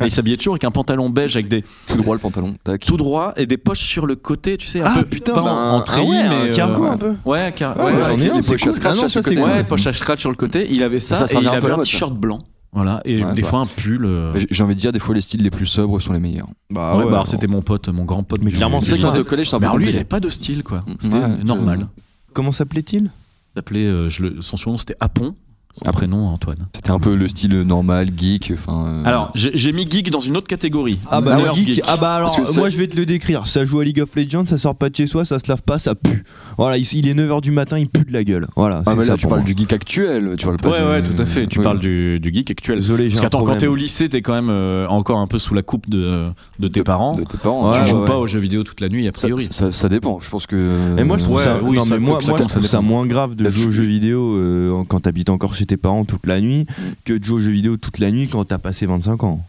D: Et il s'habillait toujours avec un pantalon beige, avec des
F: Tout droit le pantalon, tac.
D: tout droit et des poches sur le côté, tu sais, un
E: Ah
D: peu
E: putain,
D: pas en-
E: bah,
D: en,
E: un-
D: treillis,
E: ah ouais,
D: mais euh,
E: un cargo un peu.
D: Ouais, car-
E: Ouais,
D: ouais,
E: ouais,
D: ouais,
E: j'en ai
F: les
E: un, c'est
F: poches à
E: cool.
F: scratch,
E: Ah non, ça,
F: à ce
E: c'est
F: côté-là.
D: Ouais, poche à scratch sur le côté. Il avait ça,
F: Ça, ça
D: et il
F: revient un peu
D: avait
F: à la
D: un
F: mode,
D: t-shirt blanc. Voilà, et
F: Ouais,
D: des
F: bah.
D: fois un pull. euh,
F: J'ai- J'ai envie de dire, des fois, les styles les plus sobres sont les meilleurs.
E: Bah
D: Ouais, bah, alors, c'était mon pote, mon grand pote.
E: Mais clairement,
D: du-
E: c'est
D: du
E: ça.
D: lycée.
F: au collège, c'est un
D: Mais
F: peu
D: alors lui, il
F: compliqué.
D: avait pas de style, quoi.
F: Mm.
D: C'était
F: Ouais,
D: normal.
F: euh,
E: Comment s'appelait-il
D: Il s'appelait, euh, je le- son surnom c'était Apon. Son
F: Apon.
D: prénom Antoine.
F: C'était un peu le style normal, geek, enfin. euh,
D: Alors, j'ai j'ai mis geek dans une autre catégorie.
E: Ah bah, le
D: Nerd
E: geek. Ah bah alors,
F: Parce que ça-
E: moi je vais te le décrire. Ça joue à League of Legends, ça sort pas de chez soi, ça se lave pas, ça pue. Voilà, il, il est 9h du matin, il pue de la gueule. Voilà,
F: Ah
E: c'est
F: bah
E: ça
F: là, tu
E: pour
F: parles
E: moi.
F: du geek actuel, tu parles pas
D: Ouais,
F: du-
D: ouais, tout à fait. Tu
F: Ouais.
D: parles du, du geek actuel.
E: Désolé, j'ai
D: Parce
E: un
D: qu'attends, quand
E: problème.
D: t'es au lycée, t'es quand même euh, encore un peu sous la coupe de, de tes
F: De-
D: parents.
F: de tes parents.
E: Ouais,
D: tu
F: tu
D: joues
F: vois.
E: ouais.
D: pas aux jeux vidéo toute la nuit, a
F: Ça,
D: priori.
F: ça- ça dépend, je pense que.
E: Et moi je trouve
D: Ouais,
E: ça,
D: oui,
E: non,
D: ça peut- ça
E: mais moi, moi, je
D: dépend,
E: trouve
D: ça
E: ça
D: dépend.
E: moins grave de
F: Là,
E: jouer aux
F: tu-
E: jeux vidéo euh, quand t'habites encore chez tes parents toute la nuit que de jouer aux jeux vidéo toute la nuit quand t'as passé 25 ans.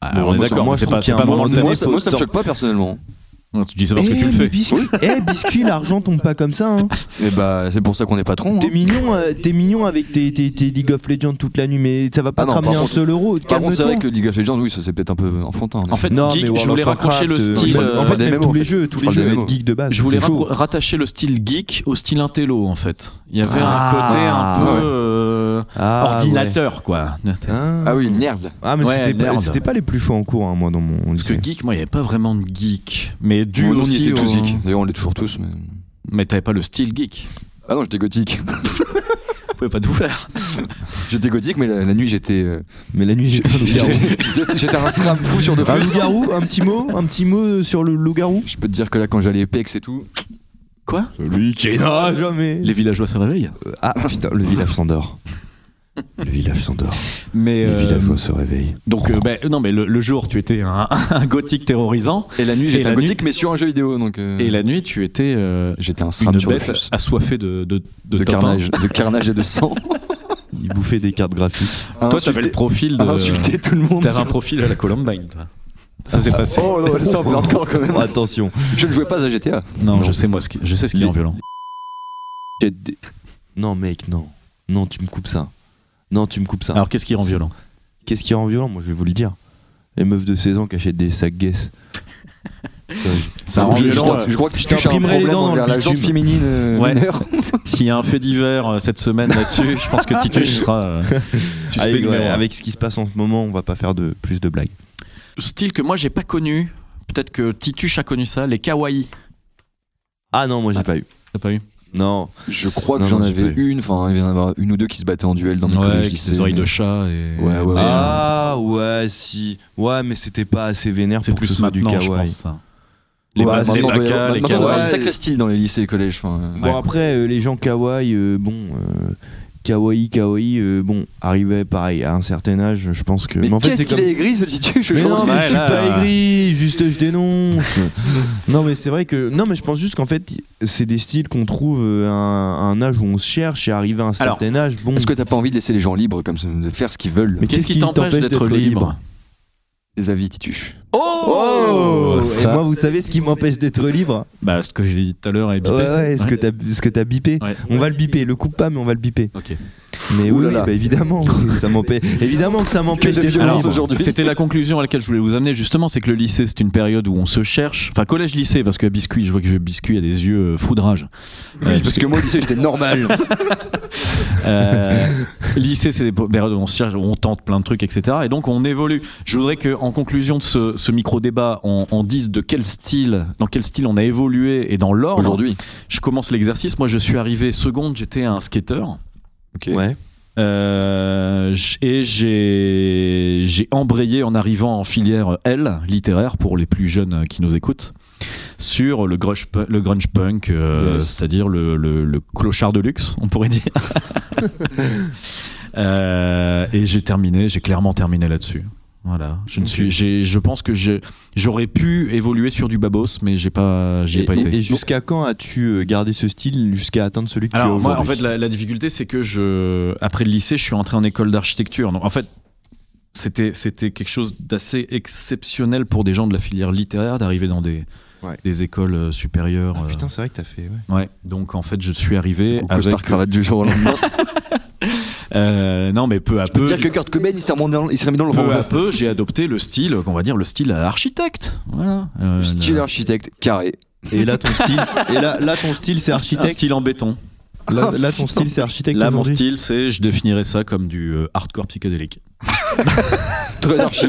D: Ah,
F: Bon,
D: on est
F: moi,
D: d'accord,
E: moi,
D: mais
E: je
D: c'est
E: trouve
D: pas,
E: qu'il y
D: c'est
E: a
D: pas
E: un
D: vraiment
E: moment
D: le
E: donné,
F: Moi,
D: thème.
F: ça,
E: faut
F: moi, ça me
E: sortir.
F: choque pas personnellement.
D: Non, Tu dis ça parce que tu le
E: Eh, mais
D: fais.
E: biscuit- Eh, biscuit, l'argent tombe pas comme ça. Hein.
F: Et bah, c'est pour ça qu'on est patron. hein.
E: T'es mignon, euh, t'es mignon avec tes, tes, tes League of Legends toute la nuit, mais ça va pas
F: Ah non,
E: te ramener
F: par
E: un
F: contre-
E: seul euro.
F: Par contre, c'est vrai
E: calme-toi.
F: que League of Legends, oui, ça c'est peut-être un peu enfantin. mais-
D: En fait,
E: Non, mais
D: geek,
E: World
D: je voulais
E: of
D: raccrocher le
E: Warcraft, euh,
D: style.
E: je-
D: euh,
E: en
F: parle
E: fait,
F: des
E: même
F: MMO,
E: tous
F: en
E: les
F: fait.
E: jeux,
F: Je
E: tous les
F: parle
E: jeux
F: des
E: doivent
F: MMO.
E: être geek de base.
D: je voulais
E: c'est
D: raccro-
E: chaud.
D: rattacher le style geek au style intello en fait. Il y avait
E: Ah,
D: un côté un peu
F: ouais.
D: euh,
E: Ah,
D: ordinateur quoi.
E: ouais. Ah,
F: Ah oui, merde.
E: Ah, mais
D: Ouais,
E: c'était pas-
D: merde.
E: c'était pas les plus chauds en cours, hein, moi, dans mon
D: Parce que
E: lycée.
D: geek, moi, il n'y avait pas vraiment de geek. Mais dû
F: Nous, on y
D: aussi
F: était
D: au-
F: tous geek. D'ailleurs, on l'est toujours tous. Mais...
D: Mais t'avais pas le style geek.
F: Ah non, j'étais gothique.
D: Tu pouvais pas tout faire.
F: j'étais gothique, mais la, la nuit, j'étais. euh,
E: Mais la nuit, j'ai pas de garou.
F: j'étais- J'étais un SRAM fou sur de
E: Un
F: plus.
E: loup-garou, un petit mot, un petit mot euh, sur le loup-garou
F: Je peux te dire que là, quand j'allais PEX et tout,
D: Quoi
E: Celui qui n'a Ah, jamais.
D: Les villageois se réveillent.
E: Ah putain, le village s'endort. Le village s'endort.
D: Mais
E: Les
D: euh,
E: villageois se réveillent.
D: donc, euh, ben, non, mais le, le jour, tu étais un, un gothique terrorisant.
F: et la nuit,
D: Et
F: j'étais
D: la
F: un gothique,
D: nuit-
F: mais sur un jeu vidéo. Donc, euh,
D: Et la nuit, tu étais euh,
F: j'étais un
D: une
F: SRAM sur le
D: bête
F: plus.
D: assoiffée de, de, de
F: De
D: top un.
F: carnage, de carnage et de sang.
E: Il bouffait des cartes graphiques.
D: Toi, t'avais le profil de.
F: insulter tout le monde.
D: T'avais un profil à la Columbine, toi. Ça s'est passé.
F: Oh non, ça, on peut encore quand même.
E: attention.
F: Je ne jouais pas à GTA.
D: Non, je sais, moi, ce qui- je sais ce qu'il y a en violent.
E: J'ai des- Non mec, non. Non, tu me coupes ça. Non, tu me coupes ça.
D: Alors, qu'est-ce qui rend violent
E: Qu'est-ce qui rend violent Moi, je vais vous le dire. Les meufs de 16 ans qui achètent des sacs guess.
D: Ça
F: je, je-
D: violent,
F: je,
D: euh,
F: crois que je touche à un
E: t'imprimerai les
F: problème
E: dents dans
F: envers
E: le
F: la gente
E: bitume.
F: féminine euh,
D: Ouais.
F: mineure.
D: S'il y a un fait divers euh, cette semaine là-dessus, je pense que Titus sera euh, suspect
E: Avec,
D: numéro
E: ouais,
D: un.
E: avec ce qui se passe en ce moment, on va pas faire de plus de blagues.
D: Style que moi, j'ai pas connu. Peut-être que Titus a connu ça, les kawaii.
E: Ah non, moi j'ai pas eu.
D: T'as pas eu
E: Non.
F: Je crois que
E: Non,
F: j'en
E: non, j'ai
F: avais
E: pas
F: une, enfin il y en avait une ou deux qui se battaient en duel dans mon
D: Ouais,
F: collège.
D: avec
F: lycée,
D: ses oreilles
F: mais-
D: de chat et.
F: Ouais, ouais, ouais.
D: Mais, euh,
E: Ah ouais, Ah, si. Ouais, mais c'était pas assez vénère
D: C'est
E: pour que
D: plus
E: ce soit du
D: maintenant, je
E: kawaii.
D: pense. hein. ça. Les
F: Ouais,
D: bacs,
F: maintenant,
D: les
F: on doit y
D: bacas,
F: avoir-
D: les
F: maintenant, on doit avoir
E: kawas.
F: des sacresties dans les lycées et collèges. enfin, euh,
E: Bon, après, euh, les gens kawaii, euh, bon. euh, Kawaii, kawaii, euh, bon, arrivait pareil à un certain âge, je pense que.
F: Mais,
E: en fait,
F: qu'est-ce
E: c'est
F: qu'il
E: comme-
F: est aigri ce titu je
E: Mais
F: pense.
E: non, mais
A: Ouais,
E: je suis
A: là.
E: pas aigri, juste je dénonce. non, mais c'est vrai que. Non, mais je pense juste qu'en fait, c'est des styles qu'on trouve euh, à un, à un âge où on se cherche et arrivé à un certain âge. Bon,
F: Est-ce que
D: Mm.
F: t'as pas envie de laisser les gens libres comme ça, de faire ce qu'ils veulent
E: Mais
D: Qu'est-ce qui t'empêche d'être libre
F: Les avis tituches.
E: Oh,
D: Oh,
E: Et
D: ça.
E: moi, vous savez ce qui m'empêche d'être libre
D: Bah, ce que j'ai dit tout à l'heure est bipé.
E: Ouais, ouais, ce que t'as ce que t'as bipé.
D: Ouais.
E: On va le biper, le coupe pas, mais on va le biper.
D: Ok.
E: Mais
F: Ouh
E: oui,
F: là
E: oui,
F: là.
E: bah, évidemment, que ça m'empêche. Évidemment que ça m'empêche
F: de
E: d'être
F: violence
E: libre.
F: aujourd'hui.
D: C'était la conclusion à laquelle je voulais vous amener justement, c'est que le lycée c'est une période où on se cherche, enfin collège-lycée parce que Biscuit, je vois que Biscuit a des yeux euh, foudrage.
F: Oui, parce que moi au lycée j'étais normal.
D: Euh, lycée, c'est des périodes où on se cherche, où on tente plein de trucs, etc. Et donc on évolue. Je voudrais que, en conclusion de ce, ce micro-débat, on, on dise de quel style, dans quel style on a évolué et dans l'ordre.
F: Aujourd'hui.
D: je commence l'exercice. Moi, je suis arrivé seconde, j'étais un skateur.
F: Ok.
E: Ouais.
D: Euh, j- et j'ai j'ai embrayé en arrivant en filière L littéraire pour les plus jeunes qui nous écoutent sur le grunge, pu- le grunge punk, euh,
E: Yes.
D: c'est-à-dire le, le- le clochard de luxe, on pourrait dire. Euh, et j'ai terminé, j'ai clairement terminé là-dessus. Voilà, je ne suis, j'ai- je pense que j'ai- j'aurais pu évoluer sur du babos, mais j'ai pas, j'y ai
E: Et,
D: pas
E: et-
D: été.
E: et jusqu'à quand as-tu euh, gardé ce style jusqu'à atteindre celui que tu as
D: Alors moi, en
E: aujourd'hui
D: fait, la, la difficulté, c'est que je, après le lycée, je suis entré en école d'architecture. Donc, en fait, c'était c'était quelque chose d'assez exceptionnel pour des gens de la filière littéraire d'arriver dans des
E: Ouais.
D: des écoles euh, supérieures.
E: Ah,
D: euh,
E: putain, c'est vrai que t'as fait. ouais.
D: ouais. Donc en fait, je suis arrivé
F: Au costard
D: avec.
F: cravate du jour au lendemain.
D: euh, non, mais peu à
F: Je peux
D: peu.
F: dire que Kurt Cobain il s'est remis dans, il s'est remis dans le
D: Peu à
F: roman.
D: peu, j'ai adopté le style, qu'on va dire le style architecte. Voilà. Euh,
F: Style
D: le-
F: architecte carré.
E: Et là, ton style, et là, là, ton style, c'est
D: un
E: architecte.
D: style en béton.
E: Là,
F: Ah,
E: là,
F: si.
E: ton style, c'est architecte.
D: Là, mon
E: aujourd'hui
D: style, c'est, je définirais ça comme du euh, hardcore psychédélique.
F: Très archi.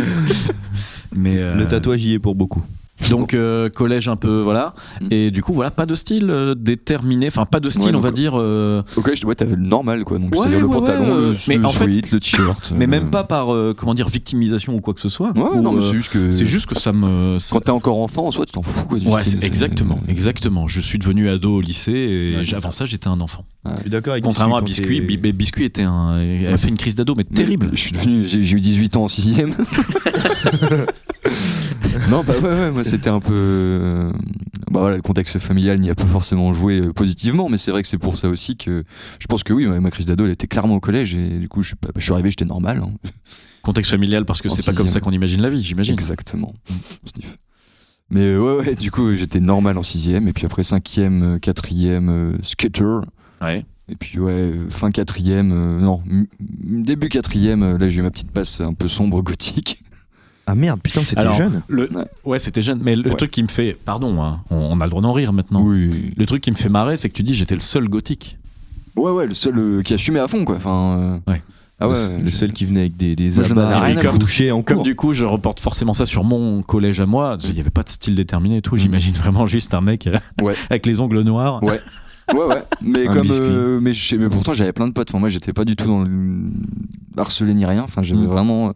D: Mais euh,
E: Le tatouage y est pour beaucoup.
D: Donc euh, collège un peu voilà
F: Mm.
D: et du coup voilà pas de style euh, déterminé enfin pas de style
F: Ouais,
D: on va
F: donc,
D: dire euh,
F: Au collège ouais, t'avais le normal quoi. Donc
D: Ouais,
F: c'est-à-dire le
D: ouais,
F: pantalon,
D: ouais,
F: le,
D: euh, mais
F: le
D: en fait-
F: sweat, le t-shirt.
D: mais
F: euh,
D: même pas par euh, comment dire victimisation ou quoi que ce soit
F: Ouais,
D: Ou,
F: non, mais
D: euh,
F: c'est juste que.
D: c'est juste que ça me ça-
F: Quand t'es encore enfant, en soi, tu euh, t'en fous quoi du
D: ouais
F: style,
D: c'est-
F: c'est-
D: exactement exactement je suis devenu ado au lycée et
E: Ouais,
D: j-
E: c'est
D: avant ça j'étais un enfant
E: Je suis d'accord avec
D: contrairement à
E: quand
D: biscuit
E: t'es-
D: Bi- mais biscuit était un a fait une crise d'ado mais terrible
F: Je suis devenu, j'ai j'ai eu 18 ans en 6ème. non, bah ouais, ouais, moi c'était un peu. euh, Bah voilà, le contexte familial n'y a pas forcément joué euh, positivement, mais c'est vrai que c'est pour ça aussi que je pense que oui, ouais, ma crise d'ado elle était clairement au collège et du coup je suis, pas- je suis arrivé, j'étais normal. hein.
D: contexte familial parce que
F: En
D: c'est pas comme ça
F: sixième.
D: qu'on imagine la vie j'imagine
F: Exactement. Sniff. Mais euh, ouais, ouais, du coup j'étais normal en 6ème et puis après 5ème, 4ème, euh, skater.
D: ouais
F: Et puis ouais, euh, fin quatrième, euh, non, m- m- début quatrième, euh, là j'ai eu ma petite passe un peu sombre gothique.
E: Ah merde, putain, c'était
D: Alors,
E: jeune.
D: le ouais c'était jeune mais le
F: Ouais.
D: truc qui me fait pardon hein, on, on a le droit d'en rire maintenant
F: Oui.
D: le truc qui me fait marrer c'est que tu dis j'étais le seul gothique
F: Ouais, ouais, le seul euh, qui assumait à fond, quoi. Enfin. euh,
D: Ouais.
F: Ah ouais.
E: le seul qui venait avec des, des
F: Moi, j'en avais
E: abats
F: rien
E: et
F: à
E: des
F: foutre.
E: bouchées en
D: Comme
E: cours.
D: du coup, je reporte forcément ça sur mon collège à moi. Il n'y avait pas de style déterminé et tout. J'imagine vraiment juste un mec euh,
F: Mm. Ouais.
D: avec les ongles noirs.
F: Ouais. Ouais, ouais. Mais
E: Un
F: comme.
E: biscuit.
F: euh, mais, je sais- mais pourtant, j'avais plein de potes. Enfin, moi, j'étais pas du tout dans le. harcelé ni rien. Enfin, j'avais
D: Mm.
F: vraiment. euh,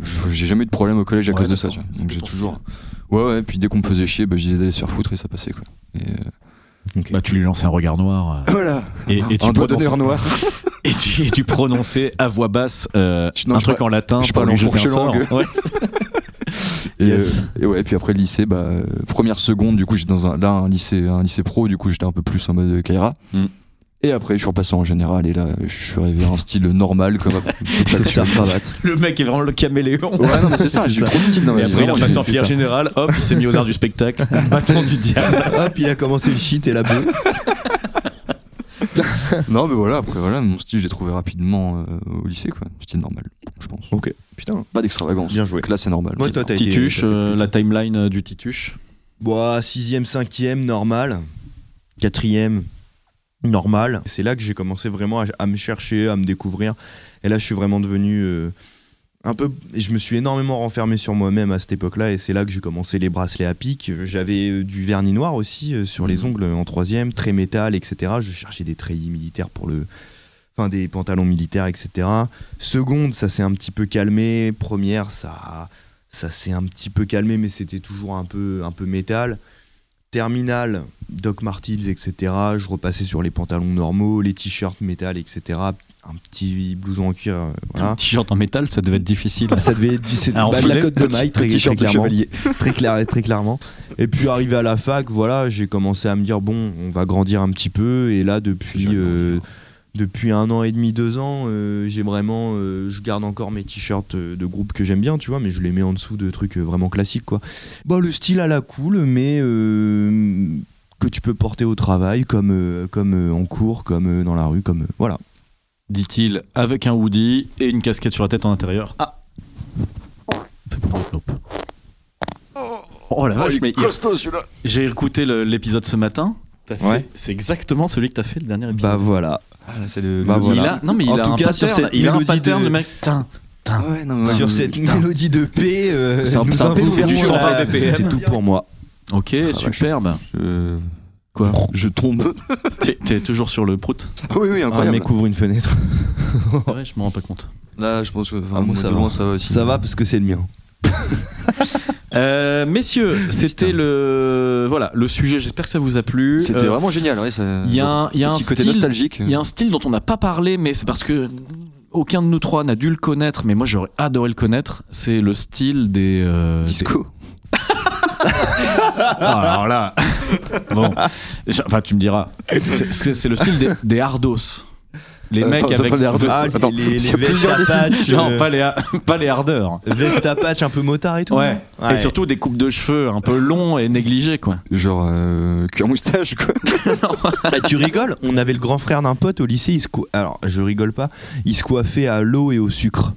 F: je- J'ai jamais eu de problème au collège à
D: Ouais,
F: cause de ça.
D: d'accord.
F: tu vois.
D: C'était
F: Donc, j'ai
D: ton
F: toujours. Ouais, ouais. Puis dès qu'on me faisait chier, bah, je disais d'aller se faire foutre et ça passait, quoi. Et, euh,
D: Bah, tu lui lançais un regard noir euh,
F: Ah, Voilà.
D: et, et tu
F: un doigt
D: prononçais-
F: d'honneur noir.
D: et tu- et tu prononçais à voix basse euh,
F: Je- non,
D: un
F: je
D: truc en
F: parle-
D: latin.
F: je
D: pour
F: parle
D: lui
F: en
D: jeter un
F: fourche
D: sort.
F: langue.
D: Ouais.
F: Et,
D: Yes.
F: euh, et ouais, puis après le lycée, bah, euh, première seconde, du coup, j'étais dans un, là, un lycée, un lycée pro, du coup, j'étais un peu plus en mode euh, Kaira.
D: Mm.
F: Et après, je suis repassé en général, et là, je suis arrivé à un style normal, comme à peu près
E: Comme ça,
F: tout.
E: cravate.
D: Le mec est vraiment le caméléon.
F: Ouais, non, mais c'est ça, j'ai eu trop de style dans
D: Et
F: ma vie.
D: après, il a
F: Vraiment,
D: passé
F: j'ai-
D: en
F: c'est
D: filière
F: ça.
D: générale, hop, il s'est mis aux arts du spectacle. Bâton du diable.
E: Hop, il a commencé le shit et la bœuf.
F: Non, mais voilà, après, voilà, mon style, j'ai trouvé rapidement euh, au lycée, quoi. Style normal, je pense.
E: Ok, putain.
F: Pas d'extravagance.
E: Bien joué.
F: Donc là, c'est normal.
E: Moi, toi, t'as été.
D: Tituche,
E: t'as fait-
D: euh, la timeline euh, du Tituche.
E: Bon, ah, sixième, cinquième, normal. Quatrième, normal. C'est là que j'ai commencé vraiment à, à me chercher, à me découvrir. Et là, je suis vraiment devenu euh, un peu. Je me suis énormément renfermé sur moi-même à cette époque-là. Et c'est là que j'ai commencé les bracelets à pic. J'avais euh, du vernis noir aussi euh, sur les ongles en troisième, très métal, etc. Je cherchais des treillis militaires pour le. Enfin, des pantalons militaires, etc. Seconde, ça s'est un petit peu calmé. Première, ça. Ça s'est un petit peu calmé, mais c'était toujours un peu, un peu métal. Terminal, Doc Martens, etc. Je repassais sur les pantalons normaux, les t-shirts métal, etc. Un petit blouson en cuir. euh,
D: Un
F: Ah.
E: voilà.
D: t-shirt en métal, ça devait être difficile.
E: Bah, ça devait être du- c'est-
D: Ah, en
E: bah, de la
D: filet,
E: cote de maille, très,
F: t-shirt
E: très
F: de
E: clairement.
F: chevalier.
E: très, clair, très clairement. Et puis arrivé à la fac, voilà, j'ai commencé à me dire bon, on va grandir un petit peu. Et là, depuis,
F: C'est
E: euh,
F: génial.
E: depuis un an et demi, deux ans, euh, j'ai vraiment, euh, je garde encore mes t-shirts euh, de groupe que j'aime bien, tu vois, mais je les mets en dessous de trucs euh, vraiment classiques, quoi. Bah, le style à la cool, mais euh, que tu peux porter au travail, comme, euh, comme euh, en cours, comme euh, dans la rue, comme euh, voilà.
D: Dit-il avec un hoodie et une casquette sur la tête en intérieur. Ah C'est pour votre nope. Oh
F: Ah,
D: la vache, mais il- j'ai écouté le- l'épisode ce matin. T'as fait-
E: Ouais.
D: C'est exactement celui que t'as fait le dernier épisode.
E: Bah voilà.
F: Ah, là, c'est le.
E: Bah,
F: le-
D: Il
E: voilà.
D: a- non mais il
E: En
D: a
E: tout
D: un
E: cas, sur
D: pattern,
E: cette
D: il a un
E: mélodie
D: pattern
E: de-
D: le mec. Tain, tain.
F: Ah Ouais, non, mais-
E: Sur cette
D: putain.
E: mélodie de paix, euh,
F: C'est un-
E: nous
F: c'est un peu- c'est du
E: imposons
F: 120
E: la-
F: BPM.
E: C'est tout pour moi.
D: Ok, superbe.
F: Je- euh,
D: Quoi
F: Je tombe.
D: T'es- T'es toujours sur le prout
F: Ah oui, oui,
E: Un
F: incroyable.
E: mec ouvre une fenêtre.
D: Ouais, je me rends pas compte.
F: Là, je pense que enfin,
E: Ah, moi,
F: moi,
E: ça
F: de
E: va.
F: loin, ça va aussi.
E: Ça va parce que c'est le mien.
D: Euh, messieurs, c'était le voilà le sujet. J'espère que ça vous a plu.
F: C'était
D: Euh,
F: vraiment génial. ouais, ça-
D: Il y a un, il y a un
F: petit côté
D: style-
F: nostalgique.
D: il y a un style dont on n'a pas parlé, mais c'est parce que aucun de nous trois n'a dû le connaître. Mais moi, j'aurais adoré le connaître. C'est le style des euh,
F: disco.
D: des- Ah, alors là, bon, je- enfin tu me diras. C'est- C'est c'est le style des, des hardos. Les
F: Euh,
D: mecs
F: attends,
D: avec
F: j'entends les hardos.
E: Ah,
F: Attends,
E: les, les,
F: il y
E: les
F: a plusieurs
E: vestes à patch,
D: non,
E: euh,
D: pas les ha- pas les hardeurs.
E: vestes à patch un peu motard et tout.
D: Ouais.
E: Ouais.
D: Et surtout des coupes de cheveux un peu longs et négligés quoi.
F: Genre, euh, cuir moustache, quoi.
E: Ah, tu rigoles On avait le grand frère d'un pote au lycée. Il se cou- Alors, je rigole pas. Il se coiffait à l'eau et au sucre.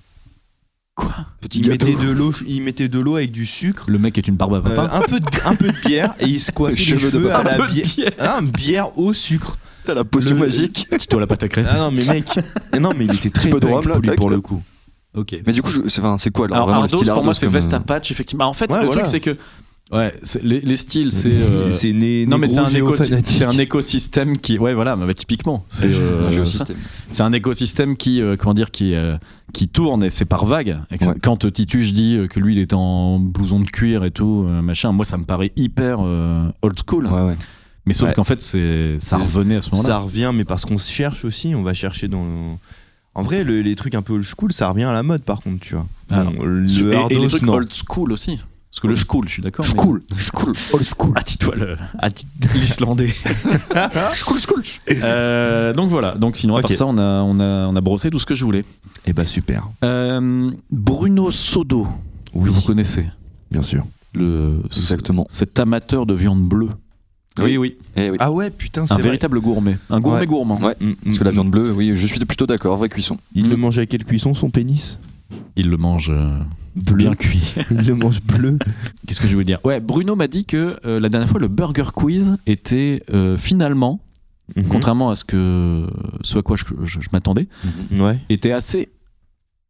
D: Quoi
F: Petit
E: Il
F: gâteau.
E: mettait de l'eau, il mettait de l'eau avec du sucre,
D: Le mec est une barbe à
E: euh,
D: papa.
E: un peu de, un peu de bière et il se coiffait les
F: Cheveux de
E: cheveux,
F: papa.
E: à
D: Un
E: la
D: peu de
E: bière.
D: bière.
E: Ah, bière au sucre.
F: T'as la potion
E: Le-
F: magique.
D: Tito la pâte à crêpes.
E: Ah non mais mec, non mais il était très
F: Peu de
E: punk
F: rhum, là,
E: pour lui,
F: tac,
E: pour
F: là.
E: le coup.
D: Ok.
F: Mais du coup, je- c'est enfin, c'est quoi alors,
D: Alors,
F: vraiment le
D: Ardos,
F: style
D: pour
F: Ardos
D: moi, c'est
F: comme,
D: veste à
F: euh,
D: patch, effectivement. Ah, En fait,
E: Ouais,
D: le
E: voilà.
D: truc, c'est que. Ouais, c'est- les, les styles, c'est. euh,
E: C'est né.
D: Non, mais c'est
E: négro
D: un, écosi-
E: géofanatique.
D: c'est un écosystème qui. Ouais, voilà, mais bah, typiquement. C'est euh,
F: un géosystème.
D: c'est un écosystème qui, euh, comment dire, qui, euh, qui tourne et c'est par vague.
F: Ouais.
D: Quand euh, Titus dit euh, que lui, il est en blouson de cuir et tout, euh, machin, moi, ça me paraît hyper euh, old school.
F: Ouais, ouais.
D: Mais sauf
E: Ouais.
D: qu'en fait, c'est- ça
F: C'est-
D: revenait à ce moment-là.
E: Ça revient, mais parce qu'on se cherche aussi, on va chercher dans. En vrai, le- les trucs un peu old school, ça revient à la mode par contre, tu vois.
D: Ah,
E: Bon,
D: non.
E: le
D: et, et les
E: hardos,
D: trucs
E: non.
D: old school aussi. Parce que le school, je suis d'accord. mais-
E: School.
F: School.
E: Old school.
D: Ah, dis-toi le- l'Islandais. Ah,
F: School, school.
D: Euh, donc voilà, donc sinon à
E: Ok.
D: part ça, on a, on, a, on a brossé tout ce que je voulais.
E: Et bah super.
D: Euh, Bruno Sodo,
E: Oui,
D: que vous connaissez,
E: bien sûr.
D: le,
F: Exactement.
D: cet amateur de viande bleue.
F: Oui,
D: oui.
F: Eh oui.
E: Ah ouais, putain, c'est
D: Un
E: vrai.
D: véritable gourmet. Un gourmet
E: Ouais.
D: gourmand.
F: Ouais.
E: Mm, mm,
F: Parce que la
E: mm.
F: viande bleue, oui, je suis plutôt d'accord, vraie cuisson.
E: Il le mange à quelle cuisson son pénis
D: Il le mange euh,
E: Bleu.
D: bien cuit.
E: Il le mange bleu.
D: Qu'est-ce que je voulais dire Ouais, Bruno m'a dit que euh, la dernière fois, le Burger Quiz était euh, finalement,
E: Mhm.
D: contrairement à ce, que, ce à quoi je- je- je m'attendais,
E: Ouais.
D: était assez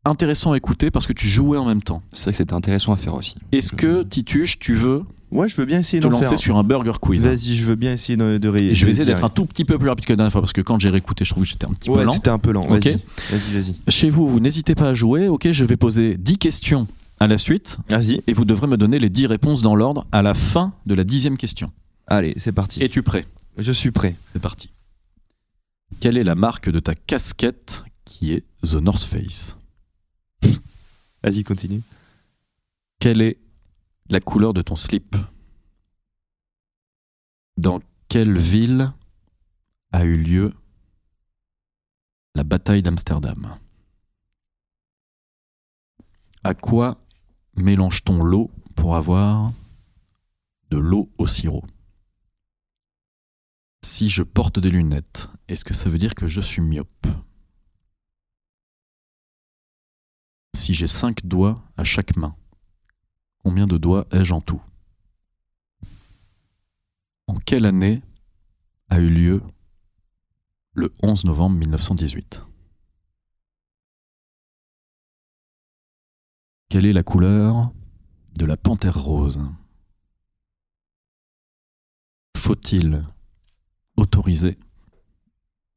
D: intéressant à écouter parce que tu jouais en même temps.
F: C'est vrai que c'était intéressant à faire aussi.
D: Est-ce que Tituche, tu veux
E: Ouais, je veux bien essayer
D: te
E: d'en
D: lancer
E: faire.
D: sur un burger quiz hein.
E: Vas-y, je veux bien essayer de, de ré-
D: Et je vais
E: de
D: essayer
E: dire.
D: d'être un tout petit peu plus rapide que la dernière fois parce que quand j'ai réécouté, je trouve que j'étais un petit peu
E: Ouais,
D: lent.
E: c'était un peu lent.
D: Ok.
E: Vas-y, vas-y, vas-y.
D: Chez vous, vous n'hésitez pas à jouer. Ok, je vais poser 10 questions à la suite
E: Vas-y.
D: et vous devrez me donner les 10 réponses dans l'ordre à la fin de la dixième question.
E: Allez, c'est parti.
D: Es-tu prêt
E: Je suis prêt.
D: C'est parti. Quelle est la marque de ta casquette qui est The North Face
E: Vas-y, continue.
D: Quelle est la couleur de ton slip Dans quelle ville a eu lieu la bataille d'Amsterdam À quoi mélange-t-on l'eau pour avoir de l'eau au sirop Si je porte des lunettes, est-ce que ça veut dire que je suis myope Si j'ai cinq doigts à chaque main, Combien de doigts ai-je en tout En quelle année a eu lieu le 11 novembre 1918 Quelle est la couleur de la panthère rose Faut-il autoriser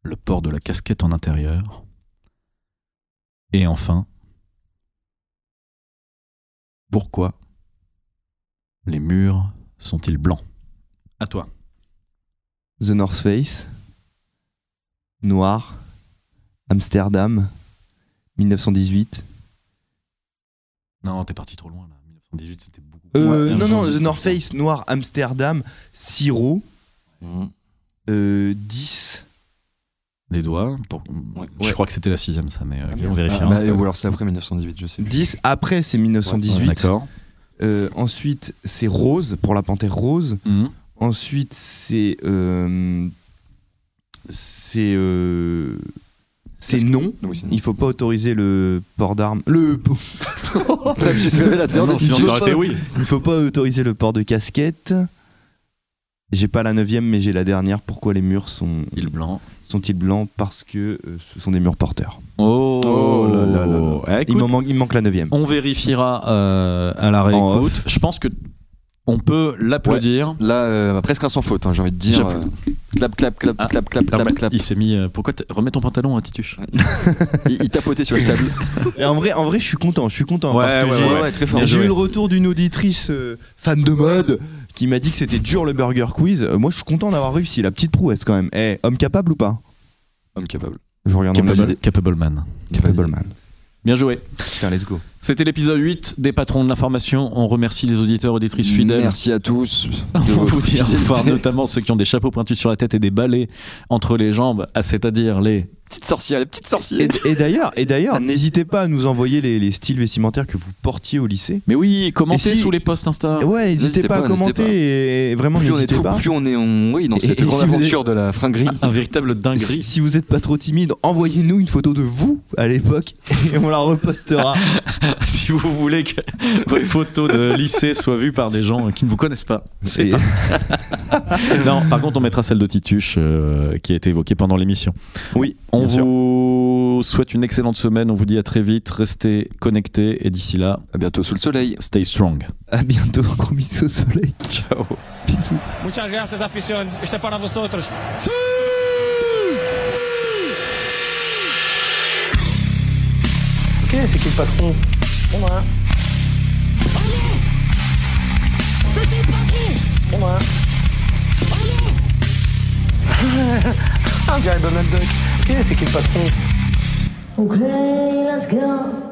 D: le port de la casquette en intérieur Et enfin, Pourquoi les murs sont-ils blancs À toi.
E: The North Face, Noir, Amsterdam, 1918.
D: Non, t'es parti trop loin là. 1918, c'était beaucoup.
E: Euh,
D: Ouais,
E: non, non,
D: 1918,
E: The North
D: c'était-
E: Face, Noir, Amsterdam, Siro,
F: Mhm.
E: euh, 10.
D: Les doigts. pour- Je
F: ouais.
D: crois que c'était la sixième, ça, mais euh,
E: merde.
D: on vérifiera.
F: Bah, ou alors c'est après 1918, je sais.
E: 10 après, c'est 1918.
D: D'accord.
E: Euh, ensuite, c'est Rose, pour la panthère rose.
D: Mhm.
E: Ensuite, c'est. euh, c'est. euh, c'est non.
F: Oui, c'est
E: Il faut pas autoriser le port d'armes. Le.
F: Lapsus révélateur
D: Non,
F: de
D: sinon, ça
F: Didier.
D: aurait été oui.
E: Il faut pas autoriser le port de casquette. J'ai pas la neuvième, mais j'ai la dernière. Pourquoi les murs sont,
D: Il blanc.
E: sont-ils blancs Parce que euh, ce sont des murs porteurs.
D: Oh,
E: Oh là là là là.
D: Eh, écoute,
E: Il, m'en manque, il me manque la neuvième.
D: on vérifiera euh, à la réécoute. Je pense que on peut l'applaudir.
F: Là, euh, presque un sans faute, hein, j'ai envie de dire.
D: J'applaudis.
F: euh, clap, clap, clap,
D: Ah.
F: clap, clap,
D: Ah,
F: clap,
D: bah,
F: clap.
D: Il s'est mis. euh, pourquoi t- Remets ton pantalon, hein, Tituche.
F: Il, il tapotait sur la table.
E: Et en vrai, en vrai, je suis content. Je suis content
D: Ouais,
E: parce que
D: ouais,
E: j'ai,
D: ouais,
F: très
D: fort.
E: j'ai
D: joué.
E: eu le retour d'une auditrice euh, fan de mode qui m'a dit que c'était dur le burger quiz. Euh, moi, je suis content d'avoir réussi la petite prouesse quand même. Eh, homme capable ou pas
F: Homme capable.
E: Je regarde
F: Capable.
E: mon
D: Capable, capable man.
E: Capable man.
D: Bien joué.
E: Putain, let's go.
D: C'était l'épisode 8 des patrons de l'information. On remercie les auditeurs auditrices fidèles.
F: Merci à tous. de
D: On va
F: votre
D: vous dire,
F: fidélité.
D: voir notamment ceux qui ont des chapeaux pointus sur la tête et des balais entre les jambes, ah, c'est-à-dire les.
F: Petite sorcière, les petites
E: Et,
F: sorcières.
E: et d'ailleurs, et d'ailleurs, n'hésitez pas à nous envoyer les, les styles vestimentaires que vous portiez au lycée.
D: Mais oui, commentez
E: Et si-
D: sous les posts Insta.
E: Ouais, n'hésitez pas, à
F: n'hésitez
E: commenter
F: pas.
E: et vraiment
F: Plus on est
E: n'hésitez
F: fou,
E: pas.
F: plus on est on- oui, dans
E: Et-
F: cette
E: et
F: grande
E: si vous Ah.
F: aventure de la fringuerie.
D: Un véritable
E: Si,
D: dinguerie.
E: si vous n'êtes pas trop timide, envoyez-nous une photo de vous à l'époque et on la repostera.
D: si vous voulez que votre photo de lycée soit vue par des gens qui ne vous connaissent pas. C'est
E: Et-
D: pas- Non, par contre, on mettra celle de Tituche euh, qui a été évoquée pendant l'émission.
E: Oui,
D: On
E: bien sûr.
D: vous souhaite une excellente semaine. On vous dit à très vite. Restez connectés et d'ici là,
F: À bientôt sous le soleil.
D: stay strong.
E: À bientôt, gros bisous au soleil.
D: Ciao.
E: Bisous.
A: Muchas gracias, afición. Este es para vosotros.
B: Ok, c'est qui le patron C'est moi. C'est moi. Ah, on dirait Donald Duck. Ok, c'est qui le patron
C: Okay, let's go.